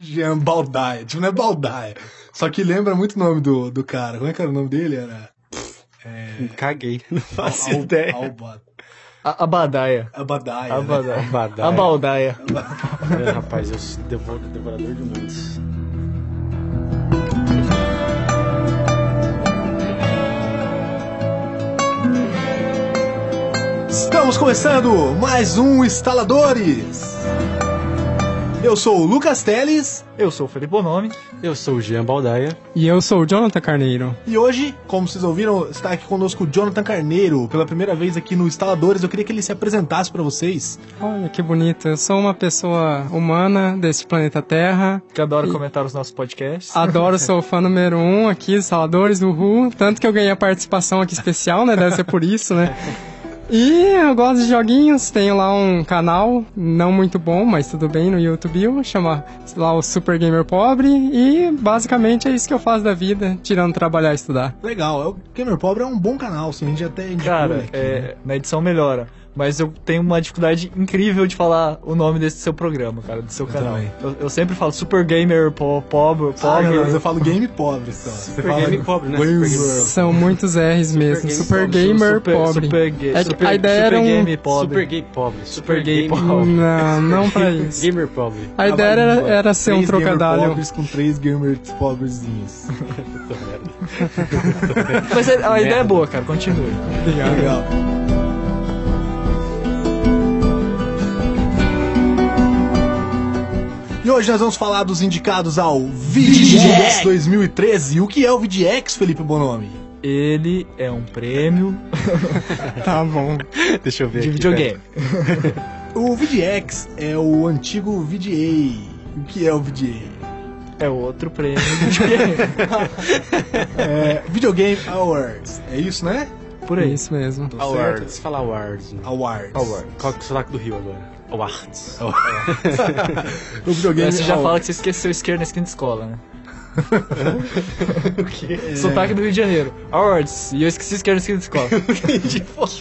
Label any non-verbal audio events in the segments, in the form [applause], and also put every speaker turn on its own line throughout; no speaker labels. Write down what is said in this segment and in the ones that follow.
Jean Baldaia. Tipo, não é Baldaia. Só que lembra muito o nome do, do cara. Como é que era o nome dele? Era. É...
Caguei, [laughs] não faço
Al-
ideia.
Alba-
A, a Badaia.
Abadaia.
A
né?
Badaia.
Badai.
A Baldaia.
Olha, É, rapaz, eu sou devo- devorador de mundos.
Estamos começando mais um Instaladores. Eu sou o Lucas Teles
Eu sou o Felipe Bonomi.
Eu sou o Jean Baldaia.
E eu sou o Jonathan Carneiro.
e hoje, como vocês ouviram, está aqui conosco o Jonathan Carneiro pela primeira vez aqui no Instaladores. Eu queria que ele se apresentasse para vocês.
Olha que bonito, eu sou uma pessoa humana desse planeta Terra.
Que adora comentar os nossos podcasts.
Adoro, sou o fã número um aqui, Saladores, Uhul. Tanto que eu ganhei a participação aqui especial, né? Deve ser por isso, né? E eu gosto de joguinhos, tenho lá um canal, não muito bom, mas tudo bem, no YouTube, chama lá o Super Gamer Pobre, e basicamente é isso que eu faço da vida, tirando trabalhar e estudar.
Legal, é o Gamer Pobre é um bom canal, sim, a gente até indicou
Cara,
ele aqui, né?
é, na edição melhora. Mas eu tenho uma dificuldade incrível de falar o nome desse seu programa, cara, do seu canal.
também.
Eu, eu sempre falo Super Gamer po- Pobre.
Ah, não,
pobre.
mas eu falo game pobre só. Você fala
né? game pobre, né?
Gamer.
Super
São muitos R's mesmo,
Gamer
Super
Pobre,
Gamer
super,
Pobre.
Super, ga-
É que
super-
a ideia
super
era um
Game Pobre.
Super gay pobre.
Super gay
game-
pobre.
Não, não
[laughs]
pra isso.
Gamer pobre.
A ideia era, era ser um
Três gamer
trocadalho.
pobres com três gamers
[laughs]
pobrezinhos.
Mas a, a ideia é
Merda.
boa, cara, continue.
Legal. E hoje nós vamos falar dos indicados ao VGX 2013. O que é o VGX, Felipe Bonomi?
Ele é um prêmio
Tá bom.
[laughs] Deixa eu ver
de
aqui.
videogame.
O VGX é o antigo VGA. O que é o VGA?
É outro prêmio de [laughs] videogame.
É Video Game Awards. É isso, né?
Por
É
aí.
isso mesmo.
Tô
Awards.
certo?
Você fala awards. né?
Awards.
Awards.
Qual que é o sotaque do Rio agora? Awards.
[laughs] O Video Game
Mas você já
Awards.
fala que você esqueceu esquerda na esquina de escola, [laughs] né?
É.
[laughs] Sotaque do Rio de Janeiro. Awards. E eu esqueci isqueiro na esquina da escola.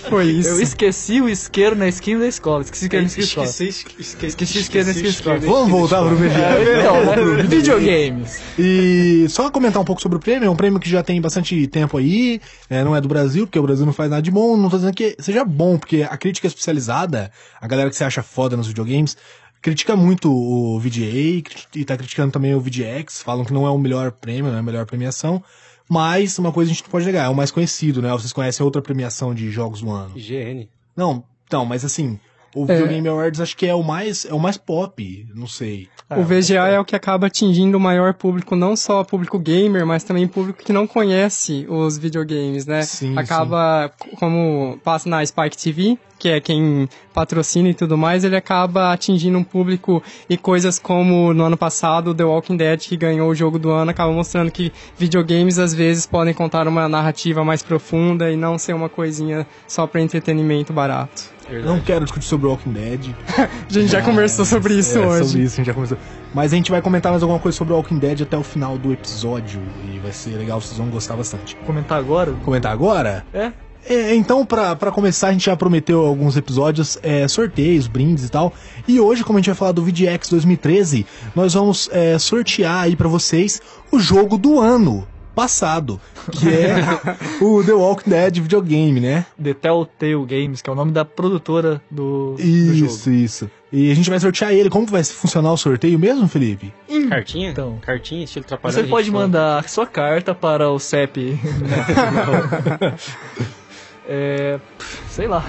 Foi
[laughs] Eu
isso.
esqueci o isqueiro na esquina da escola. Esqueci o isqueiro na esquina da escola.
esqueci,
Esqueci esquerda, esqueci esquerda.
Vamos voltar pro VGA.
[laughs] Então, né? Videogames.
E só comentar um pouco sobre o prêmio, é um prêmio que já tem bastante tempo aí, né, não é do Brasil, porque o Brasil não faz nada de bom, não tô dizendo que seja bom, porque a crítica especializada, a galera que se acha foda nos videogames, critica muito o VGA cri- e tá criticando também o VGX, falam que não é o melhor prêmio, não é a melhor premiação, mas uma coisa a gente não pode negar, é o mais conhecido, né? Vocês conhecem outra premiação de jogos do ano.
IGN.
Não, então, mas assim, o
É.
Video Game Awards acho que é o mais, é o mais pop, não sei.
O VGA é o que acaba atingindo o maior público, não só público gamer, mas também público que não conhece os videogames, né?
Sim,
acaba, c- como passa na Spike TV, que é quem patrocina e tudo mais, ele acaba atingindo um público e coisas como no ano passado The Walking Dead, que ganhou o jogo do ano, acaba mostrando que videogames às vezes podem contar uma narrativa mais profunda e não ser uma coisinha só para entretenimento barato.
Não quero discutir sobre Walking
[laughs]
Dead.
A gente já conversou sobre isso
É,
hoje.
Sobre isso, a gente já começou. Mas a gente vai comentar mais alguma coisa sobre Walking Dead até o final do episódio. E vai ser legal, vocês vão gostar bastante.
Comentar agora?
Comentar agora?
É?
É, então, pra, pra começar, a gente já prometeu alguns episódios, é, sorteios, brindes e tal. E hoje, como a gente vai falar do VGX 2013, nós vamos é, sortear aí pra vocês o jogo do ano passado, que
[laughs]
é o The Walking Dead videogame, né?
The Telltale Games, que é o nome da produtora do, do jogo.
Isso, isso. E a gente vai sortear ele. Como que vai funcionar o sorteio mesmo, Felipe?
Cartinha?
Então.
Cartinha, estilo tipo, trapalhão.
Você
[laughs]
pode mandar sua carta para
[laughs]
o CEP. é, pff, sei lá.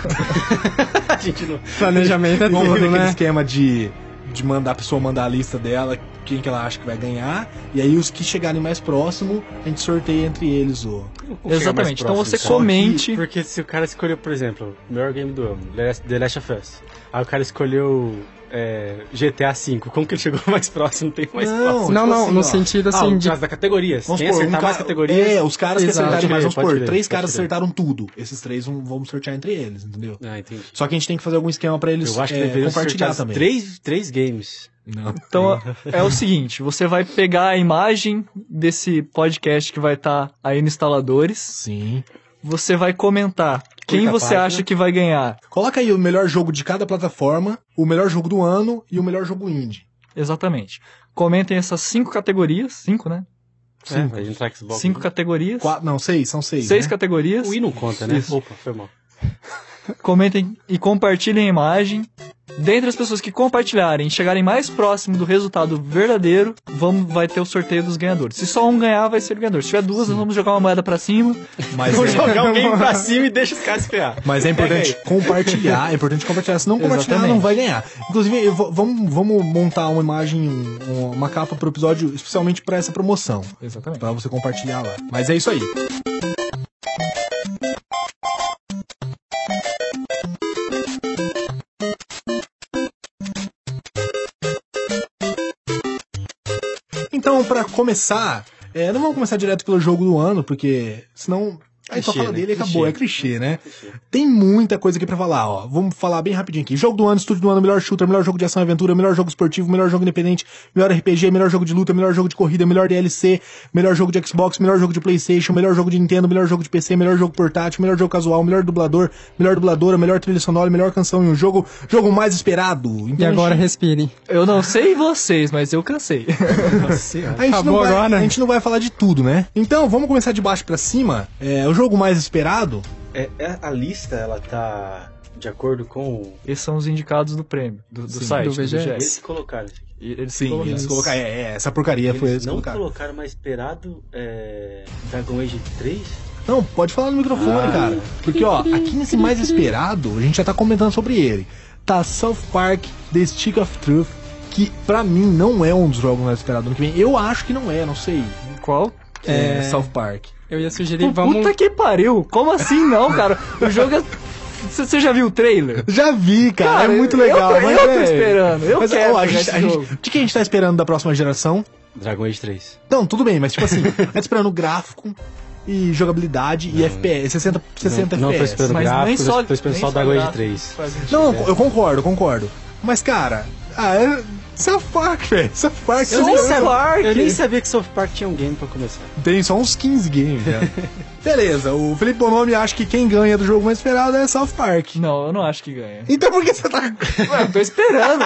A gente não...
Planejamento é
Vamos fazer
tudo,
aquele
né?
esquema de, de mandar a pessoa mandar a lista dela, quem que ela acha que vai ganhar, e aí os que chegarem mais próximo, a gente sorteia entre eles o.
é
Exatamente. Então você
Só que-
comente.
Porque se o cara escolheu, por exemplo, o melhor game do ano, The Last- The Last of Us. Aí o cara escolheu é, GTA V. Como que ele chegou [laughs] mais próximo? Não Tem mais
Não,
próximo.
Não,
Tipo
não,
assim, ó.
no sentido
Ah,
assim
no
de.
caso da categoria. Quem
um
acertar
ca-
mais categorias...
É, os caras que
Exato,
acertarem mais, vamos
pode
supor,
crer,
três
pode
caras
crer.
acertaram tudo. Esses três vão- vamos sortear entre eles, entendeu?
Ah, entendi.
Só que a gente tem que fazer algum esquema pra eles
Eu acho que
é,
deveria
compartilhar
acertar
também.
Três, três games.
Não.
Então é o seguinte: você vai pegar a imagem desse podcast que vai estar aí no Instaladores.
Sim.
Você vai comentar quem
Clica a
você
página.
acha que vai ganhar.
Coloca aí o melhor jogo de cada plataforma, o melhor jogo do ano e o melhor jogo indie.
Exatamente. Comentem essas cinco categorias. Cinco, né?
É, vai entrar Xbox.
Cinco categorias.
Quatro, não, seis, são seis.
seis
né?
categorias.
O I não conta, né?
Isso.
Opa, foi mal.
Comentem e compartilhem a imagem. Dentre as pessoas que compartilharem e chegarem mais próximo do resultado verdadeiro, vamos, vai ter o sorteio dos ganhadores. Se só um ganhar, vai ser o ganhador. Se tiver duas, nós vamos jogar uma moeda pra cima.
Mas
Vou
é,
[laughs] jogar um- alguém pra cima e deixa os caras se ferrar.
mas é importante compartilhar, é importante compartilhar. Se não compartilhar,
Exatamente.
não vai ganhar. Inclusive, eu vou- vamos, vamos montar uma imagem, um- uma capa pro episódio, especialmente pra essa promoção.
Exatamente.
Pra você compartilhar lá. Mas é isso aí. Então, pra começar, é, não vamos começar direto pelo jogo do ano, porque senão a gente só
Clichê,
fala
né?
dele e acabou.
Clichê.
É clichê, né? Tem muita coisa aqui pra falar, ó. Vamos falar bem rapidinho aqui. Jogo do ano, estúdio do ano, melhor shooter, melhor jogo de ação e aventura, melhor jogo esportivo, melhor jogo independente, melhor RPG, melhor jogo de luta, melhor jogo de corrida, melhor DLC, melhor jogo de Xbox, melhor jogo de PlayStation, melhor jogo de Nintendo, melhor jogo de PC, melhor jogo portátil, melhor jogo casual, melhor dublador, melhor dubladora, melhor trilha sonora, melhor canção em um jogo, jogo mais esperado.
E
Então,
agora respirem.
Eu não sei vocês, mas
[laughs]
eu cansei.
A gente, não
Acabou
vai,
agora, né?
a gente não vai falar de tudo, né? Então, vamos começar de baixo pra cima. É, o jogo mais esperado,
É, é- a lista, ela tá de acordo com o...
Esses são os indicados do prêmio, do, do
Sim,
site,
do VGS.
Eles colocaram isso aqui.
E Eles
Sim,
colocaram.
eles colocaram. É, é, essa porcaria foi
Eles
eles
não
colocaram.
colocaram mais esperado é, Dragon Age 3?
Não, pode falar no microfone,
Ah.
cara. Porque, ó, aqui nesse mais esperado, a gente já tá comentando sobre ele. Tá South Park The Stick of Truth, que pra mim não é um dos jogos mais esperados do ano que vem. Eu acho que não é, não sei.
Qual?
É, South Park.
Eu ia sugerir,
Pô,
vamos.
Puta que pariu! Como assim não, cara? O jogo é. C- Você já viu o trailer?
Já vi, cara,
Cara,
é muito legal.
eu tô-
mas,
eu tô
velho,
esperando, eu
mas,
quero
ó, a
jogar
gente,
esse
a gente-
jogo.
De que a gente tá esperando da próxima geração?
Dragon Age 3.
Não, tudo bem, mas tipo [laughs] assim, tá esperando gráfico e jogabilidade e FPS, 60, 60
não, não tô
FPS.
esperando
Mas nem
gráfico,
só-
tô esperando
nem
só
só
Dragon Age
gráfico.
3.
Não, eu concordo, eu concordo. Mas, cara, ah, é... South Park, velho. é South Park.
Eu nem sei lá.
Eu nem sabia que South Park tinha um game pra começar.
Tem só uns 15 games, né? já. [laughs] Beleza, o Felipe Bonomi acha que quem ganha do jogo mais esperado é South Park.
Não, eu não acho que ganha.
Então por que você tá...
Ué, eu tô esperando.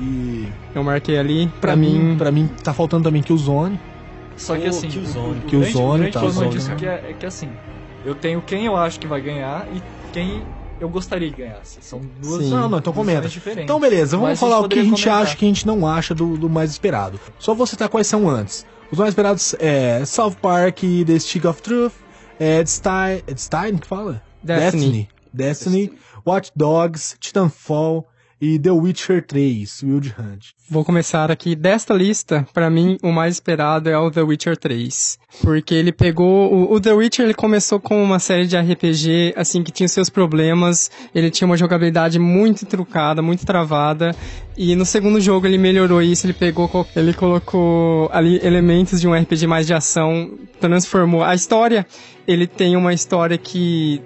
E...
Eu marquei ali.
Pra mim, pra mim, tá faltando também Killzone.
[laughs] Só que
O
assim.
Killzone.
o
Que o
grande-
Zone
grande
tá,
problema
o Zone,
disso
né?
que é, é que assim. Eu tenho quem eu acho que vai ganhar e quem eu gostaria que ganhasse. São duas.
Sim.
Não, não, então
duas
comenta.
coisas diferentes.
Então beleza, vamos
Mas a gente
falar o que a
poderia
gente
comentar.
acha e o que a gente não acha do, do mais esperado. Só vou citar quais são antes. Os mais esperados é South Park, The Stick of Truth, é Destiny... É Destiny que fala?
Destiny.
Destiny. Destiny, Watch Dogs, Titanfall e The Witcher 3, Wild Hunt.
Vou começar aqui. Desta lista, pra mim, o mais esperado é o The Witcher 3. Porque ele pegou. O, o The Witcher ele começou com uma série de RPG, assim, que tinha os seus problemas. Ele tinha uma jogabilidade muito trucada, muito travada. E no segundo jogo ele melhorou isso, ele pegou. co- Ele colocou ali elementos de um RPG mais de ação, transformou. A história, ele tem uma história que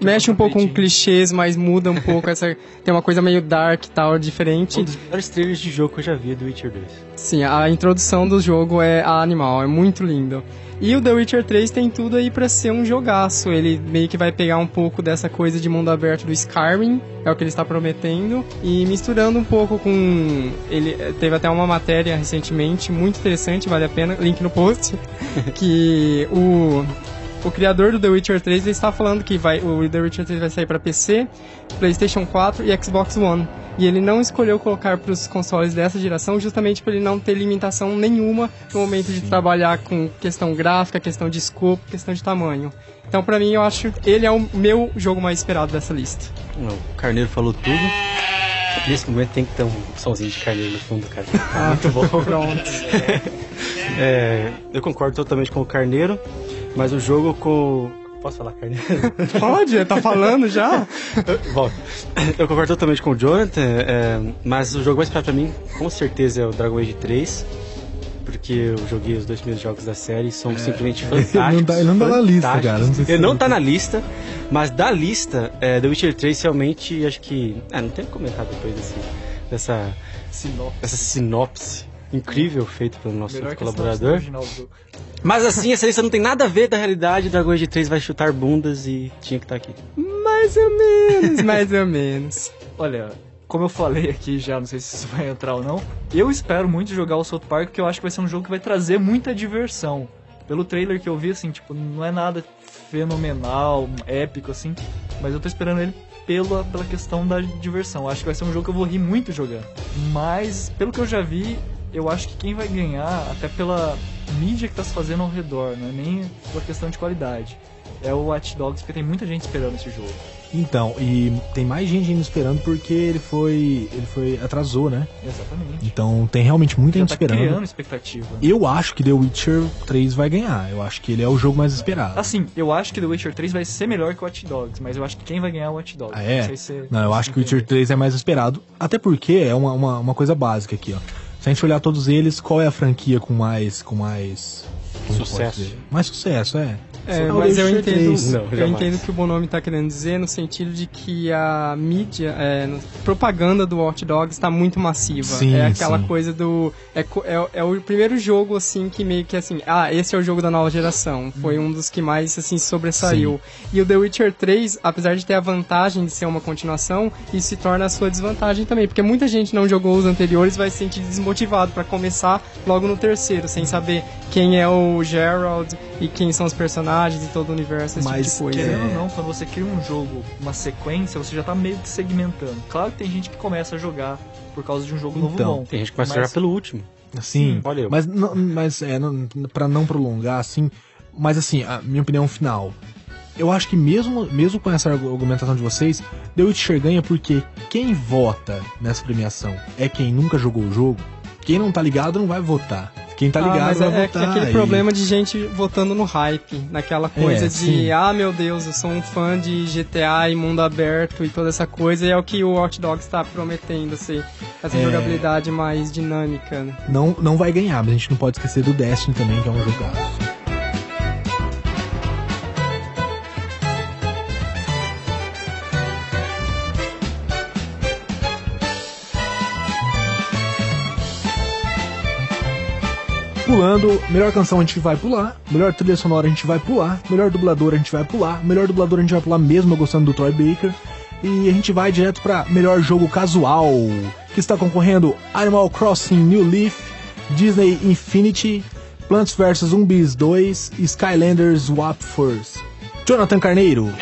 mexe um pouco com
rapidinho.
clichês, mas muda um pouco essa. Tem uma coisa meio dark e tal, diferente.
Um dos melhores trailers de jogo que eu já vi é do Witcher 2.
Sim, a introdução do jogo é a animal, é muito lindo. E o The Witcher 3 tem tudo aí pra ser um jogaço. Ele meio que vai pegar um pouco dessa coisa de mundo aberto do Skyrim, é o que ele está prometendo, e misturando um pouco com ele eh, teve até uma matéria recentemente muito interessante, vale a pena, link no post, [laughs] que o o criador do The Witcher 3 ele está falando que vai, o The Witcher 3 vai sair pra PC, PlayStation 4 e Xbox One. E ele não escolheu colocar para os consoles dessa geração justamente para ele não ter limitação nenhuma no momento de trabalhar com questão gráfica, questão de escopo, questão de tamanho. Então, para mim, eu acho que ele é o meu jogo mais esperado dessa lista.
Não, o carneiro falou tudo. Nesse momento tem que ter um somzinho de carneiro no fundo, [laughs] cara.
muito bom. Pronto.
É, eu concordo totalmente com o carneiro, mas o jogo com. Posso falar carneiro?
Pode? Tá falando já?
Volta. Eu concordo totalmente com o Jonathan, é, mas o jogo mais esperado pra mim, com certeza, é o Dragon Age 3. Porque eu joguei os dois primeiros jogos da série e são simplesmente fantásticos.
não tá- É. ele não tá na lista,
fantásticos.
cara, não sei se
Ele
você
não
viu.
tá na lista, mas da lista, é, The Witcher 3 é, realmente acho que. Ah, não tem como comentar depois desse, dessa,
Sinopse.
dessa sinopse. incrível feito pelo nosso
Melhor que a sinopse
colaborador.
original do jogo.
Mas assim, essa lista não tem nada a ver da realidade. Dragon Age 3 vai chutar bundas e tinha que estar aqui.
Mais ou menos, [laughs] mais ou menos.
Olha, como eu falei aqui já, não sei se isso vai entrar ou não, eu espero muito jogar o South Park, porque eu acho que vai ser um jogo que vai trazer muita diversão. Pelo trailer que eu vi, assim, tipo, não é nada fenomenal, épico, assim, mas eu tô esperando ele pela, pela questão da diversão. Eu Acho que vai ser um jogo que eu vou rir muito jogando. Mas, pelo que eu já vi, eu acho que quem vai ganhar, até pela mídia que tá se fazendo ao redor, não é nem pela questão de qualidade, é o Watch Dogs, porque tem muita gente esperando esse jogo.
Então, e tem mais gente ainda esperando porque ele foi. ele foi. atrasou, né?
Exatamente.
Então tem realmente muita
Já
gente
tá
esperando.
criando expectativa.
Eu acho que The Witcher 3 vai ganhar. Eu acho que ele é o jogo mais esperado.
Assim, eu acho que The Witcher 3 vai ser melhor que o Watch Dogs, mas eu acho que quem vai ganhar é o Watch Dogs.
Ah, é?
Não sei se...
Não, eu acho que o Witcher 3 é mais esperado. Até porque é uma, uma, uma coisa básica aqui, ó. Se a gente olhar todos eles, qual é a franquia com mais. com mais. como eu posso
Sucesso.
dizer? Mais sucesso, é.
É,
Só o
mas eu
Witcher
entendo,
3.
Não,
eu
jamais.
entendo o que o Bonomi está querendo dizer no sentido de que a mídia, é, no- propaganda do Watch Dogs está muito massiva.
Sim,
é aquela
sim.
coisa do é, co- é, é o primeiro jogo assim que meio que assim, ah, esse é o jogo da nova geração. Foi um dos que mais assim sobressaiu. E o The Witcher 3, apesar de ter a vantagem de ser uma continuação, isso se torna a sua desvantagem também, porque muita gente não jogou os anteriores, vai se sentir desmotivado para começar logo no terceiro, sem saber quem é o Gerald e quem são os personagens e todo o universo, esse
Mas
tipo de coisa.
Querendo
É.
ou não, quando você cria um jogo, uma sequência, você já tá meio que segmentando. Claro que tem gente que começa a jogar por causa de um jogo novo
Então,
bom.
Tem gente que começa a
Mas-
jogar pelo último.
Sim.
Olha eu.
Assim, Mas, não, mas é, não, pra não prolongar, assim. Mas assim, a minha opinião final. Eu acho que mesmo, mesmo com essa argu- argumentação de vocês, The Witcher ganha porque quem vota nessa premiação é quem nunca jogou o jogo. Quem não tá ligado não vai votar. Quem tá ligado
ah, mas
vai
é, é
votar.
aquele
e-
problema de gente votando no hype, naquela coisa
É,
de,
sim.
ah, meu Deus, eu sou um fã de GTA e mundo aberto e toda essa coisa, e é o que o Watch Dogs está prometendo, assim, essa
É.
jogabilidade mais dinâmica. né?
Não, não vai ganhar, mas a gente não pode esquecer do Destiny também, que é um jogaço. Pulando, melhor canção a gente vai pular, melhor trilha sonora a gente vai pular, melhor dublador a gente vai pular, melhor dublador a gente vai pular mesmo eu gostando do Troy Baker. E a gente vai direto pra melhor jogo casual, que está concorrendo Animal Crossing New Leaf, Disney Infinity, Plants vs Zombies 2 e Skylanders Swap Force. Jonathan Carneiro,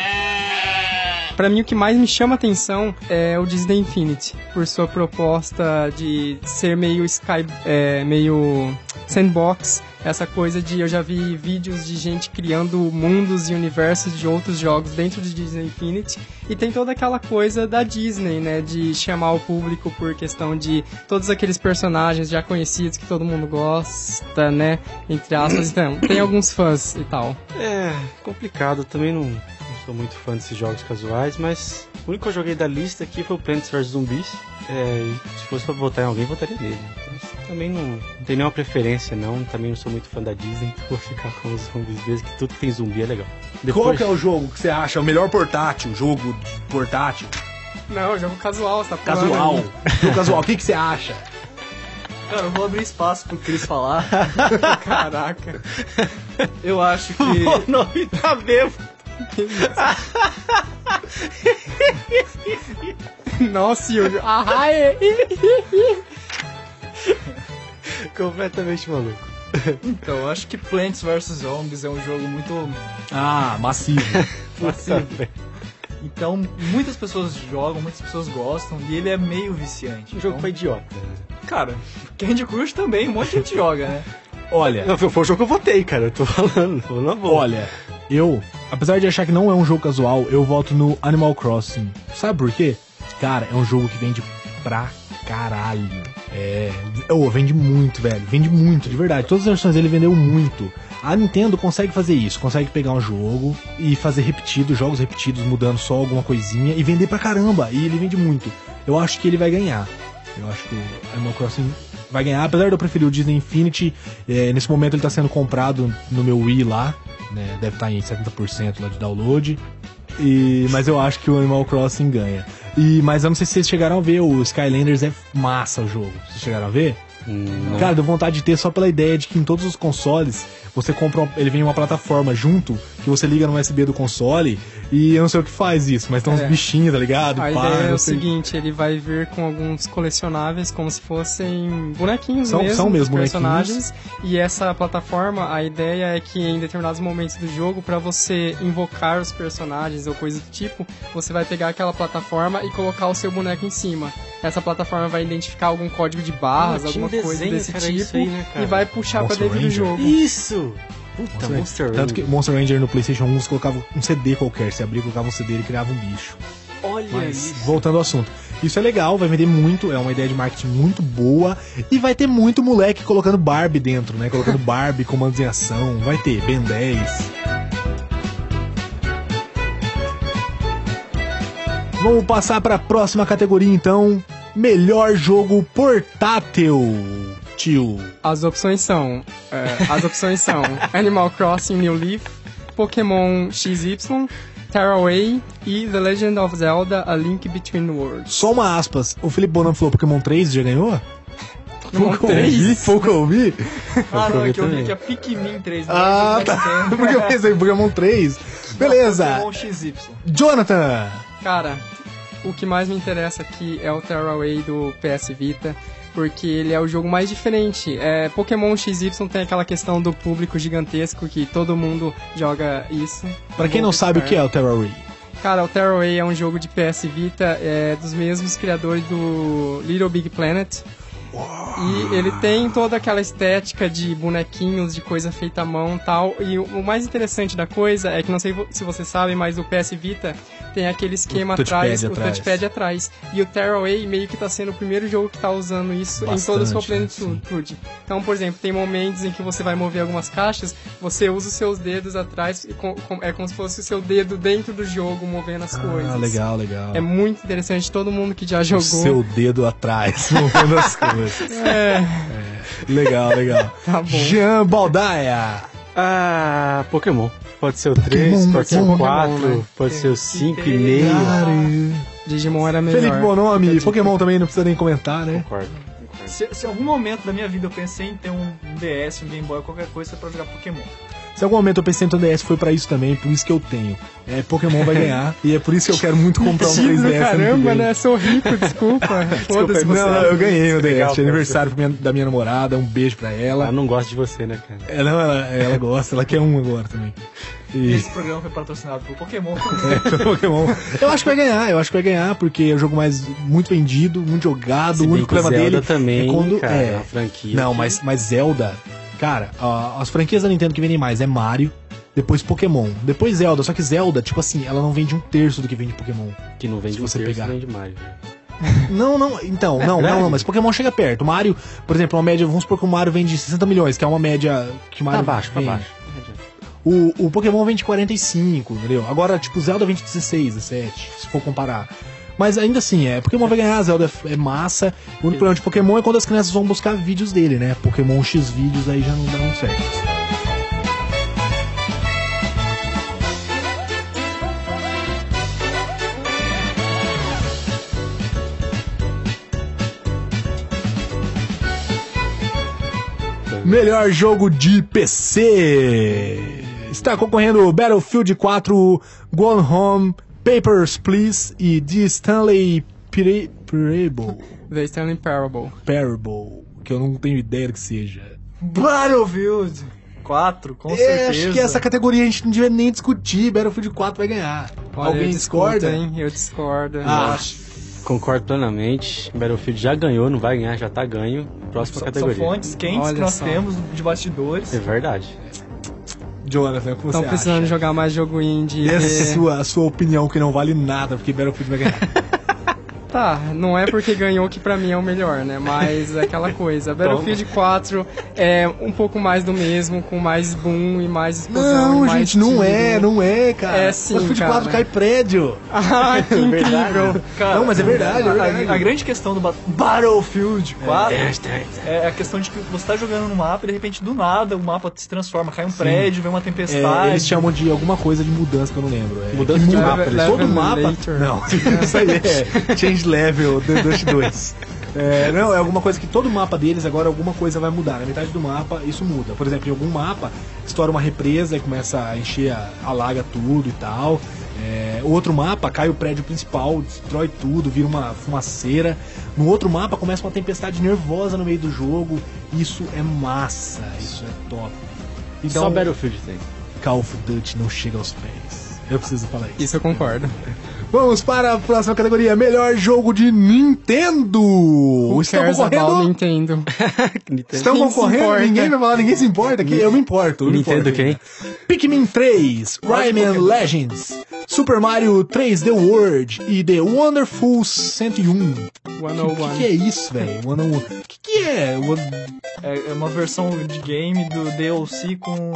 Pra mim, o que mais me chama atenção é o Disney Infinity, por sua proposta de ser meio Sky, é, meio sandbox. Essa coisa de eu já vi vídeos de gente criando mundos e universos de outros jogos dentro de Disney Infinity. E tem toda aquela coisa da Disney, né? De chamar o público por questão de todos aqueles personagens já conhecidos que todo mundo gosta, né? Entre aspas. Então, tem alguns fãs e tal.
É complicado, também não, não sou muito fã desses jogos casuais, mas o único que eu joguei da lista aqui foi o Plants vs Zumbis. É, e se fosse pra votar em alguém, votaria nele. Mas também não, não tem nenhuma preferência, não. Também não sou muito fã da Disney, [laughs] então vou ficar com os zumbis deles, que tudo que tem zumbi é legal.
qual que é o jogo que você acha o melhor portátil, jogo de portátil,
Não, jogo casual, tá
casual, jogo [laughs] casual, o que, que você acha?
Cara, eu vou abrir espaço pro Chris [laughs] falar.
Caraca.
Eu acho
[laughs]
que.
O nome tá bêbado.
[laughs]
Nossa, Yuri. Ah, é.
Completamente maluco.
Então, eu acho que Plants vs Zombies é um jogo muito
Ah, massivo.
Tá
massivo. Então, muitas pessoas jogam, muitas pessoas gostam, e ele é meio viciante.
Um jogo
então,
pra idiota.
Cara, Candy Crush também, um monte de gente joga, né?
Olha,
Não, foi foi o jogo que eu votei, cara. Eu tô falando, tô na boa.
Olha, eu, apesar de achar que não é um jogo casual, eu voto no Animal Crossing. Sabe por quê? Cara, é um jogo que vende pra caralho. É, oh, vende muito, velho. Vende muito, de verdade. Todas as versões dele vendeu muito. A Nintendo consegue fazer isso, consegue pegar um jogo e fazer repetido, jogos repetidos, mudando só alguma coisinha e vender pra caramba. E ele vende muito. Eu acho que ele vai ganhar. Eu acho que o Animal Crossing vai ganhar, apesar de eu preferir o Disney Infinity. é, nesse momento ele tá sendo comprado no meu Wii lá, né? Deve estar em 70% lá de download. E, mas eu acho que o Animal Crossing ganha. E, mas eu não sei se vocês chegaram a ver, o Skylanders é massa o jogo. Vocês chegaram a ver?
Hum,
Cara, deu vontade de ter só pela ideia de que em todos os consoles você compra. uma- ele vem uma plataforma junto que você liga no USB do console e eu não sei o que faz isso, mas tem uns
É.
bichinhos, tá ligado?
A
Pá,
ideia é
não
o
sei.
seguinte, ele vai vir com alguns colecionáveis como se fossem bonequinhos
São-
mesmo,
são
dos
mesmo
personagens. E essa plataforma, a ideia é que em determinados momentos do jogo, pra você invocar os personagens ou coisa do tipo, você vai pegar aquela plataforma e colocar o seu boneco em cima. Essa plataforma vai identificar algum código de barras,
Ah, tinha
alguma
um
coisa
desenho
desse
que era isso
tipo
aí, né, cara?
e vai puxar pra
Monster
dentro do
Ranger.
jogo.
Isso! Puta,
Monster
Monster
Tanto que
Ranger.
Monster Ranger no PlayStation 1 você colocava um CD qualquer, você abria, colocava um CD e criava um bicho.
Olha
Mas
é isso.
voltando ao assunto. Isso é legal, vai vender muito, é uma ideia de marketing muito boa e vai ter muito moleque colocando Barbie dentro, né? Colocando [laughs] Barbie, comandos em ação, vai ter Ben 10. Vamos passar para a próxima categoria então, melhor jogo portátil. Tio.
As opções são. é, as opções são Animal Crossing New Leaf, Pokémon XY, Tearaway e The Legend of Zelda A Link Between Worlds.
Só uma aspas. O Felipe Bonan falou Pokémon 3 já ganhou?
Pokémon
Pouco eu ouvi,
3?
pouco eu ouvi.
Ah, não, é que eu vi
também.
que é Pikmin 3. né?
Ah,
Mas
tá. [laughs]
tem-
Porque eu pensei em Pokémon 3. Beleza.
Pokémon XY.
Jonathan.
Cara, o que mais me interessa aqui é o Tearaway do PS Vita. Porque ele é o jogo mais diferente. É, Pokémon XY tem aquela questão do público gigantesco que todo mundo joga isso.
Pra quem não sabe o que é o Terrorway?
Cara, o Tearaway é um jogo de PS Vita, é dos mesmos criadores do Little Big Planet. E ele tem toda aquela estética de bonequinhos, de coisa feita à mão e tal. E o- o mais interessante da coisa é que, não sei vo- se vocês sabem, mas o PS Vita tem aquele esquema
touchpad
atrás, o
atrás.
touchpad atrás. E o Tearaway meio que tá sendo o primeiro jogo que tá usando isso em toda a sua
Bastante, né? Sim.
plenitude. Tudo. Então, por exemplo, tem momentos em que você vai mover algumas caixas, você usa os seus dedos atrás, e com- com- é como se fosse o seu dedo dentro do jogo movendo as coisas.
Ah, legal, legal.
É muito interessante, todo mundo que já
o
jogou.
seu dedo atrás, [laughs] movendo as coisas.
É,
Legal, legal.
tá bom.
Jean Baldaia.
Ah, Pokémon. Pode ser o 3,
Pokémon,
pode ser o
Pokémon,
4,
né?
pode ser o
Tem
5 e
três.
meio.
Ah,
Cara.
Digimon era melhor.
Felipe Bonomi. Pokémon também, não precisa nem comentar, né?
Concordo.
Ah, Se, se em algum momento da minha vida eu pensei em ter um DS, um Game Boy, qualquer coisa pra jogar Pokémon.
Se em algum momento eu pensei no 3DS, foi pra isso também, por isso que eu tenho. É, Pokémon
[laughs]
vai ganhar, e é por isso que eu quero muito comprar um 3DS. ano
Tido,
que
caramba,
vem.
né? Sou rico, desculpa. [laughs] Foda-se
Não,
você.
não, eu ganhei o DS
Legal,
de
cara.
aniversário pra minha- da minha namorada, um beijo pra
Ela
ela.
não gosta de você, né, cara?
Ela, ela, ela gosta, ela quer um agora também. E [laughs]
Esse programa foi patrocinado por Pokémon. [laughs]
Pokémon. Eu acho que vai ganhar, eu acho que vai ganhar, porque é o jogo mais muito vendido, muito jogado,
Se
o
bem
único
que
problema
Zelda
dele
também,
é quando
cara,
é.
a franquia.
Não, mas, mas Zelda, cara, ó, as franquias da Nintendo que vendem mais é Mario, depois Pokémon, depois Zelda, só que Zelda, tipo assim, ela não vende um terço do que vende Pokémon.
Que não vende
Se
um
você
terço,
pegar.
vende né? Mario.
Não, não, então, não,
verdade.
não, não, mas Pokémon chega perto. Mario, por exemplo, uma média, vamos supor que o Mario vende 60 milhões, que é uma média que o
Pra
Mario
Tá baixo, pra
vende.
baixo.
O, o Pokémon vende 45, entendeu? Agora, tipo, Zelda vende 16, 17, se for comparar. Mas ainda assim, é, Pokémon vai ganhar, Zelda é f- é massa. O único problema de Pokémon é quando as crianças vão buscar vídeos dele, né? Pokémon X vídeos aí já não dá um certo. Melhor jogo de PC. Está concorrendo Battlefield 4, Gone Home, Papers, Please e The Stanley Pire- Parable.
The Stanley Parable.
Parable, que eu não tenho ideia do que seja.
Battlefield 4, com
É,
certeza.
acho que essa categoria a gente não devia nem discutir. Battlefield 4 vai ganhar.
Olha, eu
Alguém
discordo,
discorda?
hein? Eu discordo.
Ah,
Concordo plenamente. Battlefield já ganhou, não vai ganhar, já tá ganho. Próxima
São- São
categoria.
fontes quentes
Olha
que nós
só.
temos de bastidores.
É verdade.
Jonathan, o que você
Estão precisando
acha?
jogar mais jogo indie. É,
E a
porque-
sua, a sua opinião que não vale nada, porque Battlefield vai ganhar.
Tá, não é porque ganhou que pra mim é o melhor, né? Mas é aquela coisa. Battlefield 4 é um pouco mais do mesmo, com mais boom e mais explosão.
[laughs] não,
e mais
gente, não é,
tiro.
não é, cara.
É sim,
Battlefield
cara.
4 cai prédio.
[laughs] Ah, que incrível.
Cara,
Não, mas é verdade, é
a- a-
verdade.
A, grande questão do Bat- Battlefield 4 é. a questão de que você tá jogando no mapa e de repente do nada o mapa se transforma, cai um prédio, vem uma tempestade.
É, eles chamam de alguma coisa de mudança que eu não lembro. É,
Mudança
que
de
muda
mapa,
Todo [laughs]
level
mapa.
later.
Não, isso aí é Change Level The Dust 2. É, não, é alguma coisa que todo mapa deles agora alguma coisa vai mudar. Na metade do mapa isso muda. Por exemplo, em algum mapa estoura uma represa e começa a encher, a- alaga tudo e tal. É, outro mapa cai o prédio principal, destrói tudo, vira uma fumaceira. No outro mapa começa uma tempestade nervosa no meio do jogo. Isso é massa, isso é top. Então,
Só Battlefield [laughs] tem.
Call of Duty não chega aos pés. Eu preciso falar [laughs] isso.
Isso eu concordo.
Vamos para a próxima categoria: melhor jogo de Nintendo.
Who
Estão
cares about
concorrendo.
[laughs] Nintendo?
Estão
Quem se
concorrendo,
importa?
ninguém vai falar, ninguém se importa. Que eu me importo. eu me
Nintendo
importo.
quem?
Pikmin 3, Rayman Legends, Super Mario 3D World e The Wonderful 101. O que,
101.
que é isso, velho? O que, que é? One-
É, é uma versão de game do DLC com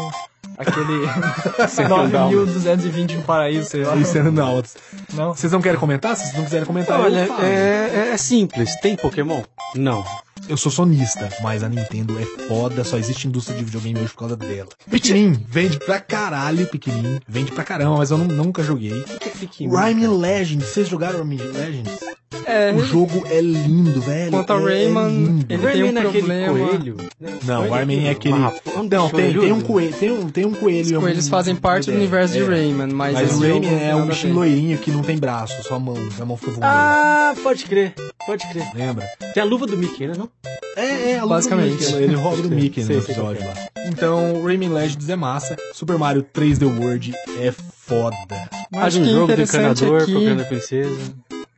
aquele
[laughs]
Sem
9220 no paraíso, sei lá.
Tá.
Isso é Renault.
Não.
Vocês não querem comentar? Se vocês não quiserem comentar,
Olha,
eu, falo.
é, é- é simples. Tem Pokémon? Não.
eu sou sonista, mas a Nintendo é foda, só existe indústria de videogame hoje por causa dela. Pikmin, vende pra caralho, Pikmin. Vende pra caramba, mas eu nu- nunca joguei.
O que é Pikmin?
Rayman Legends, vocês jogaram Rayman Legends?
É,
O jogo é lindo, velho.
Quanto
é,
ao Rayman,
é lindo.
ele
Rayman
tem um
é aquele
problema.
coelho?
Não, o Rayman é aquele.
Uma-
Não, tem, tem um coelho. Tem um, tem um coelho.
Os
e um-
coelhos fazem parte do
é,
universo
é.
de Rayman, mas,
Mas o
esse jogo
Rayman
não tem
é um
nada a
bichinho
ver.
loirinho que não tem braço, só a mão. A mão fica voando.
Ah, pode crer. Pode crer.
Lembra?
Tem a luva do Mickey, né? Não?
É, é, a luta do
Basicamente.
Mickey, Ele ele rouba do Mickey no
Sei, sei
episódio
qual
lá. Então, Rayman Legends é massa. Super Mario 3D World é foda.
Acho
um
que
jogo do
interessante
encanador,
aqui-
procurando a princesa.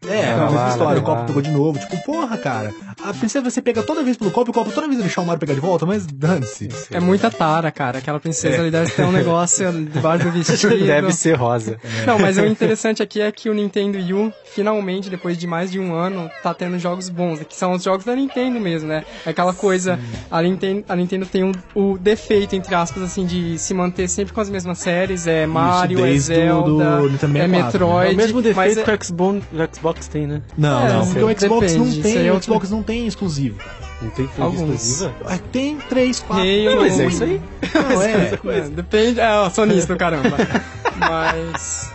É, é
Vai lá,
uma
vai
história. O
lá.
copo pegou de novo. Tipo, porra, cara. A princesa você pega toda vez pelo copo e o copo toda vez deixar o Mario pegar de volta, mas dane-se.
É muita tara, cara. Aquela princesa ali deve ter um negócio debaixo do vestido.
[laughs] É. Deve ser rosa.
[laughs] Não, mas o interessante aqui é que o Nintendo Wii U, finalmente, depois de mais de um ano, tá tendo jogos bons, que são os jogos da Nintendo mesmo, né? Aquela coisa, a Nintendo, a Nintendo tem um- o defeito, entre aspas, assim, de se manter sempre com as mesmas séries, é Mario, é
desde o-
Zelda,
do Nintendo
é
64, né?
Metroid,
É o mesmo
mas
defeito
é-
que o Xbox, o Xbox tem, né?
Não,
É,
não. Porque o
depende,
Xbox não
isso aí
tem.
é
O
outro-
Xbox não tem exclusivo, cara.
Não tem coisa
Alguns.
exclusiva?
Ah, Tem três, quatro.
Halo,
Não,
Mas é isso aí. [laughs]
Não, [laughs] é.
É, depende, é, eu sou nisso, caramba. [laughs] Mas...